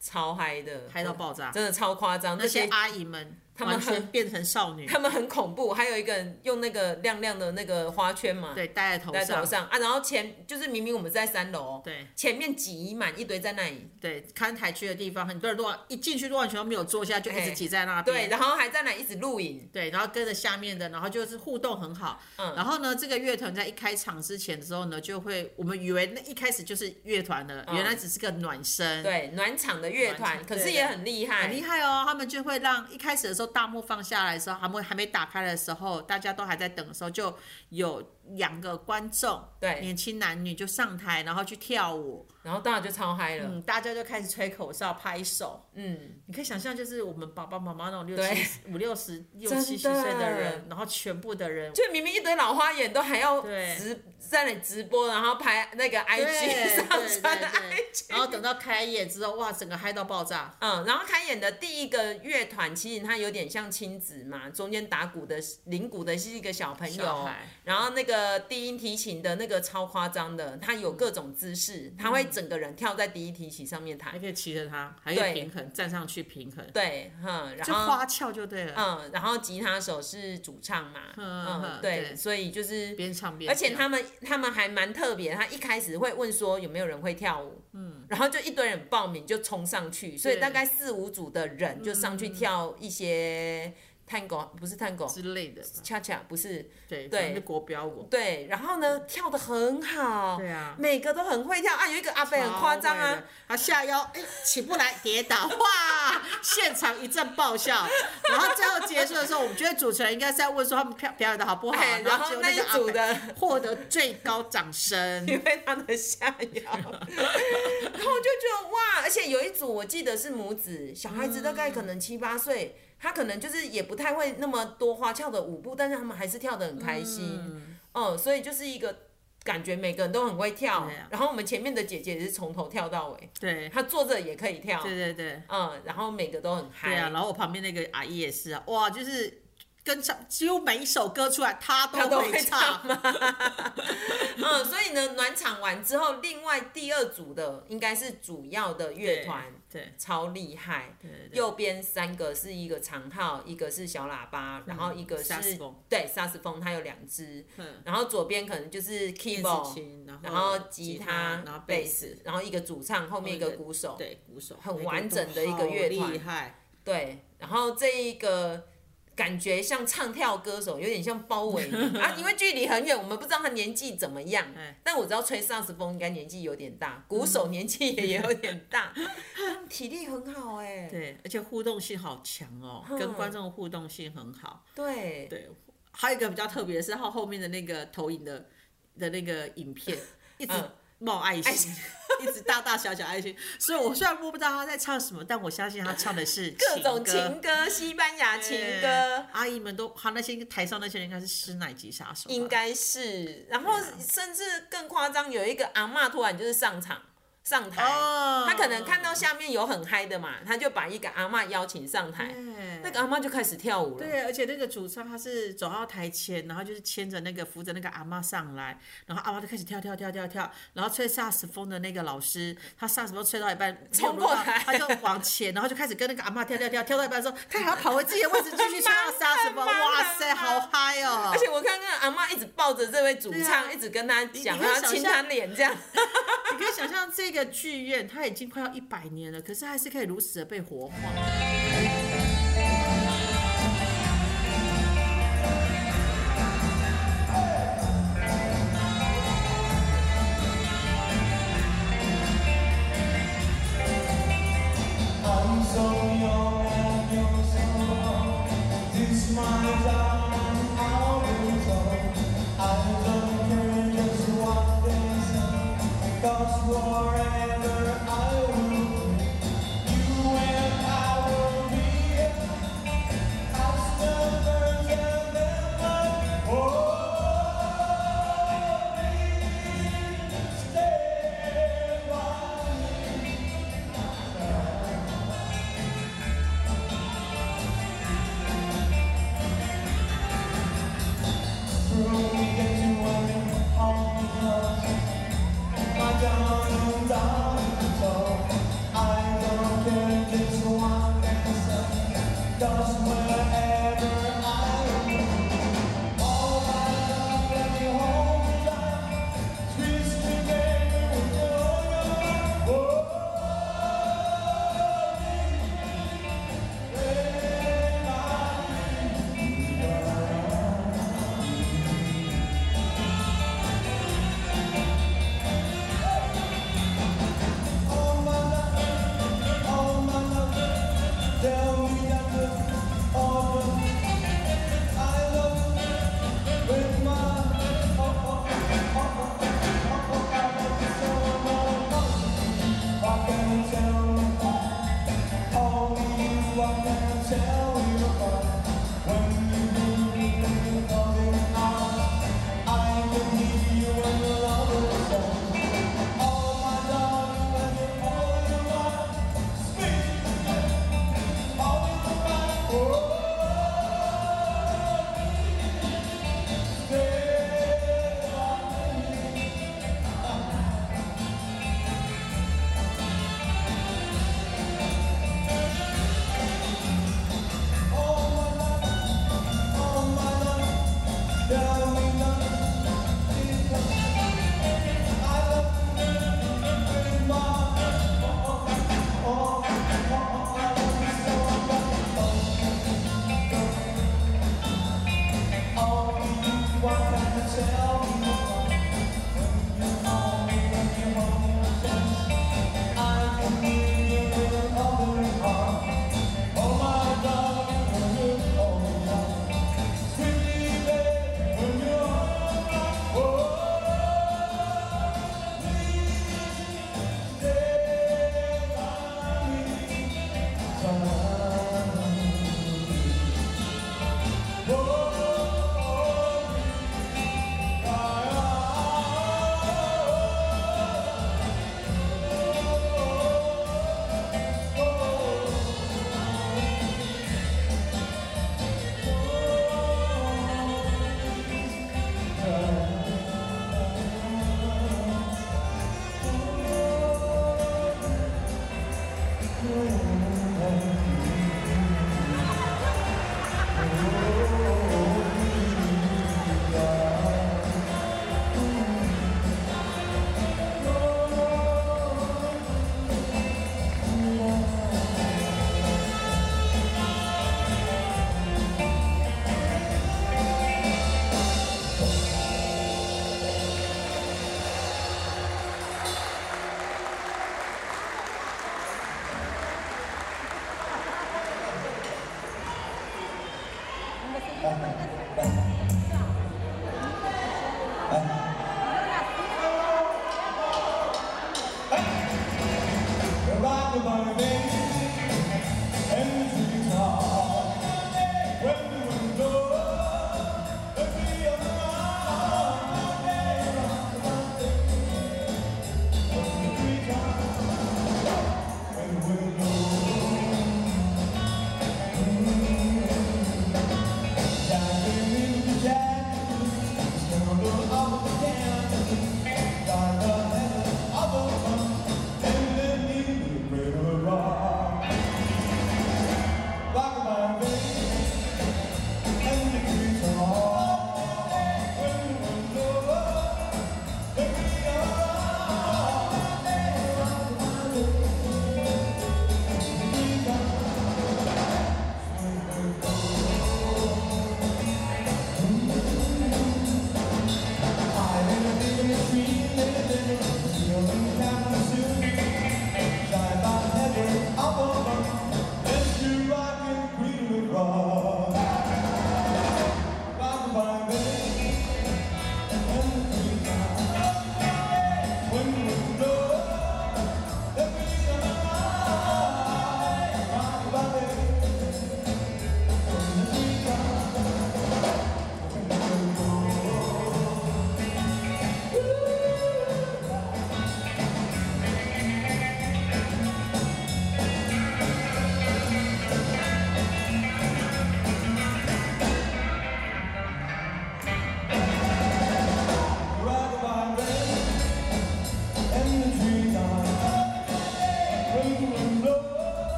A: 超嗨的，
B: 嗨到爆炸
A: 真的超夸张。
B: 那
A: 那
B: 些啊
A: 些
B: 阿姨们
A: 们
B: 完全
A: 很
B: 变成少女，
A: 他们很恐怖，还有一个人用那个亮亮的那个花圈嘛，
B: 对，戴在头
A: 在头
B: 上，
A: 上啊，然后前就是明明我们在三楼哦，
B: 对
A: 前面挤满一堆在那里，
B: 对，看台区的地方，很多人都往一进去，都完全没有坐下，就一直挤在那边。
A: 哎对，然后还在那里一直录影，
B: 对，然后跟着下面的，然后就是互动很好。
A: 嗯
B: 然后呢，这个乐团在一开场之前的时候呢，就会我们以为那一开始就是乐团了，
A: 嗯
B: 原来只是个暖身。。
A: 对，暖场的乐
B: 暖
A: 团，
B: 场
A: 可是
B: 对
A: 也很厉害，
B: 很厉害哦，他们就会让一开始的时候大幕放下来的时候，还没还没打开的时候，大家都还在等的时候，就有两个观众，
A: 对
B: 年轻男女就上台，然后去跳舞，
A: 然后当然就超嗨了，
B: 嗯，大家就开始吹口哨、拍手，
A: 嗯，
B: 你可以想象，就是我们爸爸妈妈那种六
A: 对
B: 七十五六十、六
A: 真的
B: 七十岁的人，然后全部的人，
A: 就明明一堆老花眼都还要
B: 对
A: 直在那里直播，然后拍那个
B: 对
A: IG 上
B: 对对
A: 传
B: 对
A: IG，
B: 然后等到开演之后，哇，整个嗨到爆炸。
A: 嗯，然后开演的第一个乐团，其实它有点像亲子嘛，中间打鼓的是领鼓的是一个小朋
B: 小
A: 友
B: 孩，
A: 然后那个低音提琴的那个超夸张的，他有各种姿势，他会整个人跳在第一提琴上面
B: 嗯还
A: 弹，
B: 可以骑着它，还可
A: 对
B: 以平衡，站上去平衡，
A: 对，嗯，然
B: 就
A: 后
B: 花俏就对了，
A: 嗯，然后吉他手是主唱嘛，
B: 嗯
A: 嗯，
B: 嗯
A: 对，
B: 对
A: 所以就是
B: 边唱边跳。
A: 而且他们他们还蛮特别，他一开始会问说有没有人会跳舞，嗯，然后就一堆人报名就冲上去，所以大概四五组的人就上去
B: 嗯
A: 跳一些探戈，不是探戈，
B: 之类的吧，
A: 恰恰不是，
B: 对
A: 对
B: 反正就国标舞，
A: 对，然后呢跳的很好，
B: 对啊
A: 每个都很会跳啊，有一个阿贝很夸张
B: 超会
A: 啊
B: 的，，他下腰哎、起不来，跌倒，哇，现场一阵爆笑。然后最后结束的时候，我们觉得主持人应该是在问说他们表表演的好不好
A: 哎，然
B: 然
A: 后
B: 后结果
A: 那
B: 个
A: 一组
B: 阿
A: 的
B: 北获得最高掌声。
A: 因为他的下 腰，然后我就觉得哇，而且有一组我记得是母子小孩子，大概可
B: 嗯
A: 能七八岁，他可能就是也不太会那么多花俏的舞步，但是他们还是跳得很开心，
B: 嗯
A: 哦、所以就是一个感觉每个人都很会跳，
B: 对啊
A: 然后我们前面的姐姐也是从头跳到尾，
B: 对
A: 她坐着也可以跳，
B: 对对对
A: 嗯，然后每个都很嗨，
B: 对啊！然后我旁边那个阿姨也是啊，哇，就是跟唱几乎每一首歌出来，她
A: 他
B: 都
A: 都
B: 会
A: 会
B: 唱
A: 唱。嘛。嗯，所以呢，暖场完之后，另外第二组的应该是主要的乐团，
B: 对
A: 超厉害。
B: 对
A: 右边三个是一个长号，一个是小喇
B: 嗯
A: 叭，然后一个是、
B: 萨斯风
A: 对萨斯风，它有两支，
B: 嗯
A: 然后左边可能就是
B: 电
A: keyboard，
B: 子琴，
A: 然
B: 然
A: 后
B: 后
A: 吉
B: 他，然后贝斯，
A: 斯，然后一个主唱，后面一个
B: 后一个
A: 鼓手，
B: 对鼓手，
A: 很
B: 美国
A: 完
B: 鼓
A: 整的一个
B: 好
A: 乐团
B: 厉害。
A: 对，然后这一个感觉像唱跳歌手，有点像包围 你啊，因为距离很远，我们不知道他年纪怎么样
B: 哎，嗯
A: 但我知道吹萨克斯风应该年纪有点大，鼓手年纪也有点 大，他们体力很好哎、
B: 对，而且互动性好强哦，
A: 嗯
B: 跟观众互动性很好。
A: 对，
B: 对，还有一个比较特别的是，它后面的那个投影的的那个 影片，一直
A: 嗯
B: 冒爱心， 一直大大小小爱心。所以我虽然摸不到他在唱什么，但我相信他唱的是
A: 各种
B: 歌。
A: 情歌，西班牙情
B: 对
A: 歌。
B: 阿姨们都，他那些台上那些人应该是师奶级杀手吧，
A: 应该是，然后
B: 啊
A: 甚至更夸张，有一个阿嬷突然就是上场上台，
B: 哦
A: 她可能看到下面有很嗨的嘛，她就把一个阿嬷邀请上台，
B: 对
A: 那个阿嬷就开始跳舞了。
B: 对，啊而且那个主唱他是走到台前，然后就是牵着那个扶着那个阿妈上来，然后阿妈就开始跳跳跳跳跳，然后吹萨斯风的那个老师，他萨斯风吹到一半，没有
A: 冲
B: 轮
A: 过
B: 到
A: 来
B: 他就往前，然后就开始跟那个阿妈跳跳跳，跳到一半说他还要跑回自己的位置继 续吹到萨斯风，
A: 很忙
B: 哇
A: 很
B: 塞，好
A: 忙
B: 嗨哦！
A: 而且我看看阿嬷一直抱着这位主唱，
B: 对啊
A: 一直跟他讲，
B: 你你会
A: 然后亲
B: 想
A: 他
B: 象
A: 脸这样。
B: 你可以想象这个剧院，它已经快要一百年了，可是还是可以如此的被活化。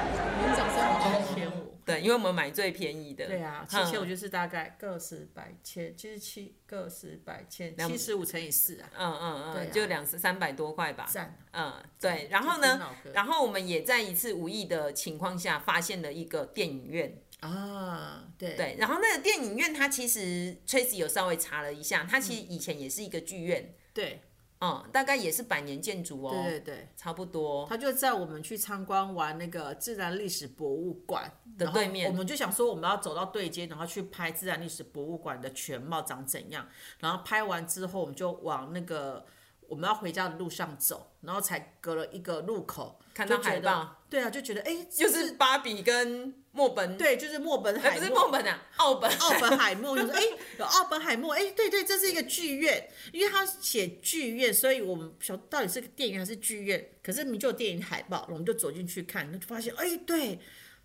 B: 四千五。
A: 对，因为我们买最便宜的。
B: 对啊，七千五就是大概个十百千，就是七个十百千，七十五乘以四啊，
A: 嗯嗯
B: 对啊
A: 嗯，就两三百多块吧。
B: 赞啊。
A: 嗯，对。然后
B: 真的
A: 呢
B: 好喝，
A: 然后我们也在一次无意的情况下发现了一个电影院。
B: 啊，对
A: 对，然后那个电影院它其实 Tracy 有稍微查了一下，它其实以前也是一个剧院，
B: 对
A: 嗯，大概也是百年建筑哦，
B: 对对对，
A: 差不多。
B: 他就在我们去参观完那个自然历史博物馆的
A: 对面
B: 我们就想说我们要走到对街，然后去拍自然历史博物馆的全貌长怎样。然后拍完之后，我们就往那个我们要回家的路上走，然后才隔了一个路口，
A: 看到
B: 就觉
A: 海
B: 得
A: 报，
B: 对啊，就觉得哎，
A: 就
B: 这
A: 是芭比跟墨本，
B: 对，就是墨本海
A: 哎，不
B: 默，
A: 是墨本啊，奥本，
B: 奥本海默，就说哎，有奥本海默，哎，对对，这是一个剧院，因为他写剧院，所以我们想到底是个电影还是剧院，可是你就有电影海报，我们就走进去看，就发现哎，对，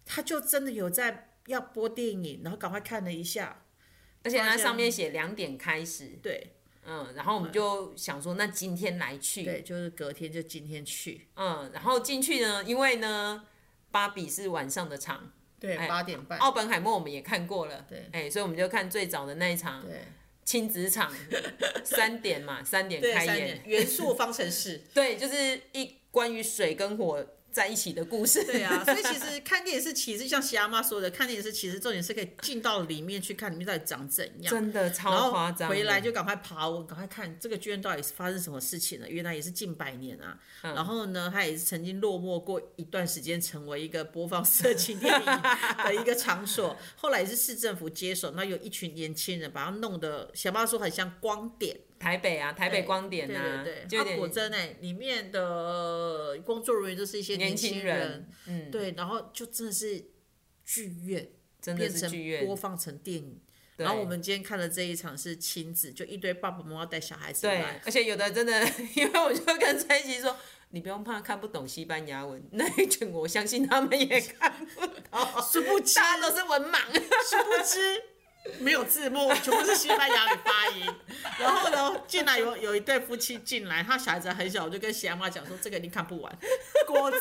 B: 他就真的有在要播电影，然后赶快看了一下，
A: 而且它
B: 发现
A: 上面写两点开始，
B: 对
A: 嗯，然后我们就想说，那今天来去，
B: 对，就是隔天就今天去，
A: 嗯，然后进去呢，因为呢，芭比是晚上的场，
B: 对，
A: 哎
B: 八点半，
A: 奥本海默我们也看过了，
B: 对
A: 哎、所以我们就看最早的那一场
B: 对
A: 亲子 场，三点嘛，三点
B: 对，
A: 开
B: 三
A: 演
B: 点，，元素方程式。
A: 对，就是一关于水跟火在一起的故事，
B: 对啊，所以其实看电影是其实像喜阿妈说的，看电影是其实重点是可以进到里面去看里面到底长怎 样。
A: 真的
B: 然
A: 超
B: 后
A: 夸张的，
B: 回来就赶快爬文，赶快看这个剧院到底是发生什么事情了。原来也是近百年啊，
A: 嗯
B: 然后呢，它也是曾经落寞过一段时间，成为一个播放色情电影的一个场所。 后来也是市政府接手，那有一群年轻人把它弄得，想办法说很像光点，
A: 台北啊，台北光
B: 对
A: 点啊，
B: 对
A: 就有
B: 对，它
A: 点
B: 果真哎、里面的工作人员就是一些
A: 年
B: 轻
A: 轻人，嗯，
B: 对，然后就真的是剧院
A: 真的
B: 变
A: 是
B: 成
A: 剧院
B: 播，放成电影。
A: 对
B: 然后我们今天看的这一场是亲子，就一堆爸爸妈妈带小孩子
A: 对嗯
B: 来，，
A: 而且有的真的， 因为我就跟崔琦说，你不用怕看不懂西班牙文那一群，我相信他们也看不懂，
B: 殊不知
A: 哦大家都是文盲。
B: 殊不知没有字幕，全部是西班牙语发音。然后呢，进来有有一对夫妻进来，他小孩子很小，我就跟喜阿妈讲说这个一定看不完。果真，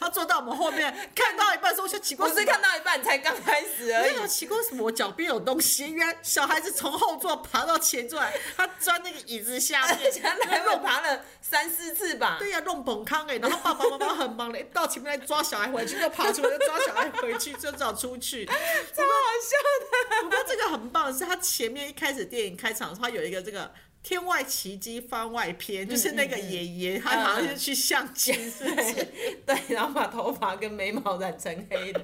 B: 他坐到我们后面，看到一半的时候我就奇怪
A: 不
B: 什么，
A: 是看到一半才刚开始而
B: 没
A: 已，
B: 有奇怪什么，我脚边有东西。原来小孩子从后座爬到前座来，他钻那个椅子下面，
A: 前来我爬了三四次吧。
B: 对呀、弄捧康哎，然后爸爸妈妈很忙嘞，到前面来抓小孩回去，又爬出来又抓小孩回去，就只好 出去。
A: 超好
B: 不过这个很棒，是他前面一开始电影开场的时候，他有一个这个。天外奇迹番外篇，就是那个爷爷，他好像是去相亲，是不是？
A: 笑的， 对，然后把头发跟眉毛染成黑的，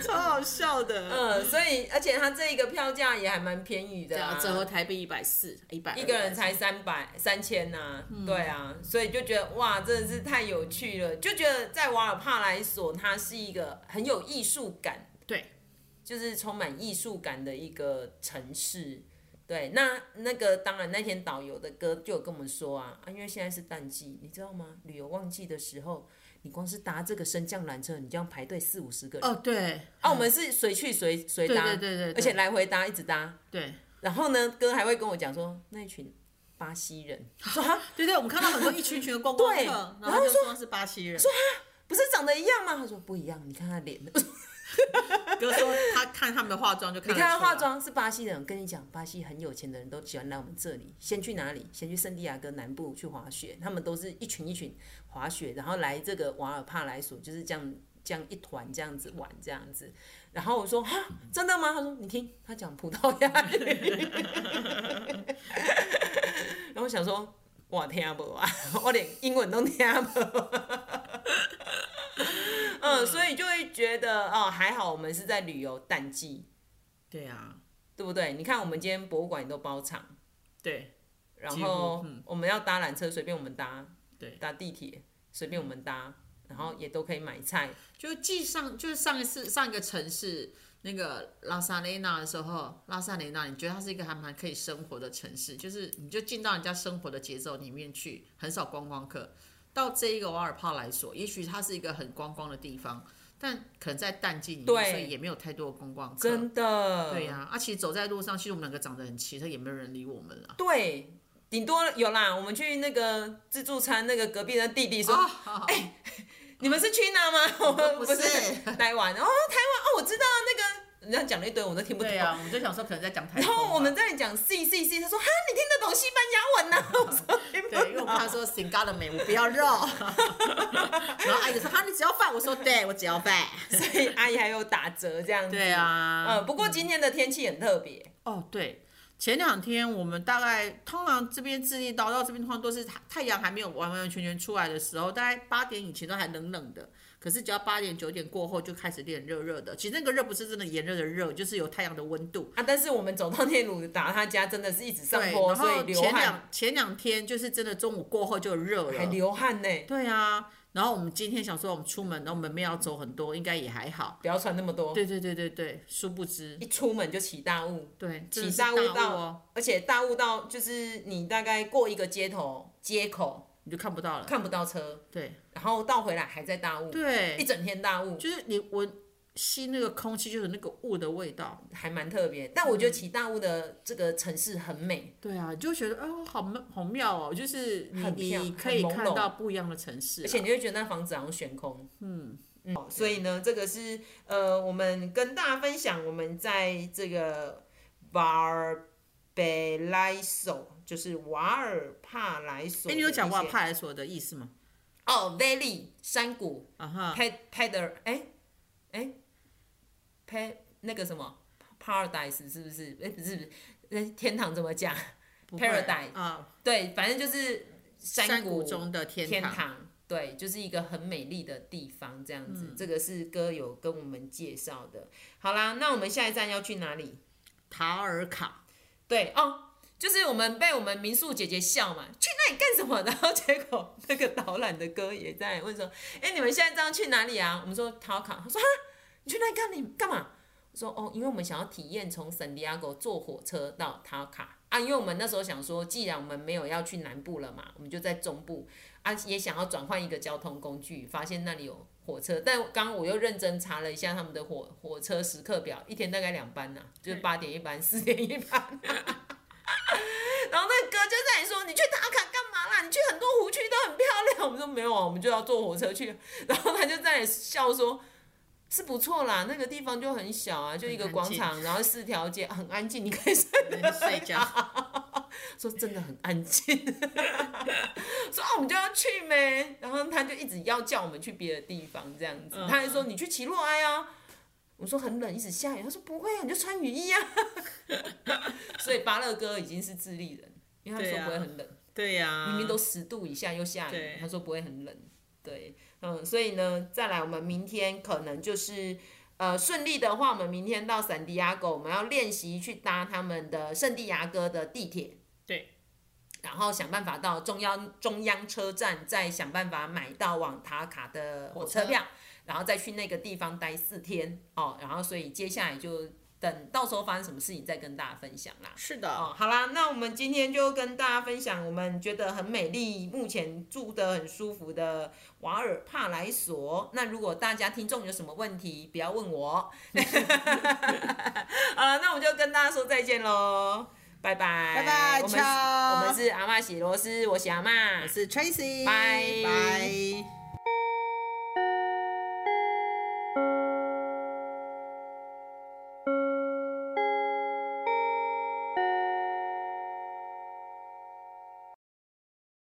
B: 超好笑的。
A: 嗯，所以而且它这一个票价也还蛮便宜的、啊，
B: 呃台币一百四，一百
A: 一个人才三百三千呐，
B: 嗯
A: 对啊，所以就觉得哇，真的是太有趣了，就觉得在瓦尔帕莱索，它是一个很有艺术感，
B: 对，
A: 就是充满艺术感的一个城市。对，那那个当然，那天导游的歌就有跟我们说啊，啊，因为现在是淡季，你知道吗？旅游旺季的时候，你光是搭这个升降缆车，你就要排队四五十个人。
B: 哦，对，
A: 啊，我们是随去随随搭，
B: 对对对对对
A: 而且来回搭，一直搭。
B: 对
A: 然后呢，哥还会跟我讲说，那一群巴西人，说啊，
B: 对对，我们看到很多一群群的观光
A: 对
B: 客，然
A: 然
B: 后
A: 后
B: 就说是巴西人，
A: 不是长得一样吗？他说不一样，你看他脸，我说
B: 哥说他看他们的化妆就看
A: 你
B: 得
A: 看他
B: 出来
A: 化妆是巴西人。我跟你讲，巴西很有钱的人都喜欢来我们这里，先去哪里？先去圣地亚哥南部去滑雪，他们都是一群一群滑雪，然后来这个瓦尔帕莱索就是这样。这样一团这样子玩这样子，然后我说哈真的吗？他说你听他讲葡萄牙 语，然后我想说我听不啊，我连英文都听不。 嗯，所以就会觉得哦，还好我们是在旅游淡季，
B: 对啊，
A: 对不对？你看我们今天博物馆也都包场，
B: 对
A: 然
B: 几乎
A: 后
B: 嗯
A: 我们要搭缆车随便我们搭，
B: 对
A: 搭地铁随便我们搭，然后也都可以买菜，
B: 就继上就是上一次上一个城市那个拉萨雷纳的时候，拉萨雷纳，你觉得它是一个还蛮可以生活的城市，就是你就进到人家生活的节奏里面去，很少观光客。到这一个瓦尔帕莱索，也许它是一个很观光的地方，但可能在淡季里面，
A: 对
B: 所以也没有太多的观光客。
A: 真的，
B: 对呀、啊，其实走在路上，其实我们两个长得很奇特，也没有人理我们了。啊
A: 对顶多有啦，我们去那个自助餐，那个隔壁的弟弟说，
B: 啊，哎、
A: 你们是去那吗？我们
B: 不
A: 不是
B: 是
A: 台湾哦，台湾哦，我我知道那个人家讲了一堆，我都听不懂。
B: 对啊，我们就想说可能在讲台风
A: 然
B: 吧。
A: 后我们在讲 C C C，他说哈，你听得懂西班牙文呐、 我说听不懂。
B: 对，因为我怕说 s i n g a 的美，我不 要肉。然后阿姨说：“哈，你只要饭。”我说：“对，我只要 饭。
A: 所以阿姨还有打折这样”子。
B: 对。啊，
A: 嗯，不过今天的天气很特别，
B: 哦，对，前两天我们大概通常这边智利岛到这边通常都是太太阳还没有完完全全出来的时候，大概八点以前都还冷冷的。可是只要八点九点过后就开始变热热的，其实那个热不是真的炎热的热，就是有太阳的温度。
A: 啊，但是我们走到内鲁达他家真的是一直上
B: 对，
A: 坡，
B: 然
A: 所以
B: 后
A: 流
B: 前
A: 汗
B: 两嗯前两天就是真的中午过后就热
A: 还
B: 了，
A: 流汗呢，
B: 对啊。然后我们今天想说我们出门，然后我们没有要走很多，应该也还好。
A: 不要穿那么多，
B: 对对对对对，殊不知，
A: 一出门就起大雾，
B: 对，
A: 起
B: 真的是
A: 大雾
B: 雾
A: 到，
B: 哦，
A: 而且大雾到就是你大概过一个街头街口
B: 你就看不到了。
A: 看不到车，
B: 对
A: 然后到回来还在大雾，一
B: 对，
A: 整天大雾，
B: 就是你闻吸那个空气，就是那个雾的味道。
A: 还蛮特别。但我
B: 嗯
A: 觉得起大雾的这个城市很美，
B: 对啊，就觉得哦，好妙，好妙哦，就是你
A: 很妙
B: 你
A: 很
B: 可以
A: 朦
B: 看
A: 胧
B: 到不一样的城市啊、
A: 而且你会觉得那房子好像悬空。嗯嗯，所以呢，这个是呃，我们跟大家分享我们在这个瓦尔贝莱索，就是瓦尔帕莱索。
B: 哎，你有讲
A: 瓦
B: 瓦帕莱索的意思吗？
A: 哦，valley 山谷
B: 啊哈，
A: p e p e d e r 哎哎 p 那个什么 paradise 是不是？哎、不是不是，那天堂怎么讲？
B: 不会
A: Paradise
B: 啊，
A: 对，反正就是
B: 山
A: 谷
B: 谷中的天
A: 天堂，对，就是一个很美丽的地方，这样子。这个是哥有跟我们介绍的。好啦，那我们下一站要去哪里？
B: 塔尔卡。
A: 对哦，就是我们被我们民宿姐姐笑嘛，去那里干什么？然后 结果那个导览的哥也在问说，哎、你们现在这样去哪里啊？我们说陶卡，他说啊，你去那里干你干嘛？我说哦，因为我们想要体验从圣地亚哥坐火车到塔卡啊，因为我们那时候想说，既然我们没有要去南部了嘛，我们就在中部啊，也想要转换一个交通工具，发现那里有火车，但刚刚我又认真查了一下他们的火火车时刻表，一天大概两班呐、就是八点一班，四点一班。 然后那个哥就在那里说：“你去打卡干嘛啦？你去很多湖区都很漂亮。” 我们说：“没有啊，我们就要坐火车去。”然后他就在那里笑说：“是不错啦，那个地方就很小啊，就一个
B: 很安
A: 广
B: 静
A: 场，然后四条街，很安静，你可以 睡
B: 人睡觉，
A: 说真的很安静， 说啊我们就要去呗，然后他就一直要叫我们去别的地方这样子，
B: 嗯
A: 他还说你去奇洛埃啊，我说很冷，一直下雨，他说不会啊，你就穿雨衣啊， 所以巴勒哥已经是智利人，因为他
B: 对
A: 说
B: 啊
A: 不会很冷，
B: 对呀、
A: 明明都十度以下又下雨
B: 嗯对，
A: 他说不会很冷，对，嗯，所以呢，再来我们明天可能就是。呃，顺利的话，我们明天到圣地亚哥，我们要练习去搭他们的圣地亚哥的地铁。
B: 对，
A: 然后想办法到中央中央车站，再想办法买到往塔卡的火车票，然后再去那个地方待四天哦。然后所以接下来就等到时候发生什么事情再跟大家分享啦。
B: 是的，
A: 哦，好啦，那我们今天就跟大家分享我们觉得很美丽、目前住得很舒服的瓦尔帕莱索。那如果大家听众有什么问题，不要问我。 好了，那我们就跟大家说再见喽，拜拜，
B: 拜拜
A: 我们是
B: ciao
A: 我们是阿嬷喜罗斯，我是阿嬷，
B: 我是 Tracy，
A: 拜
B: 拜。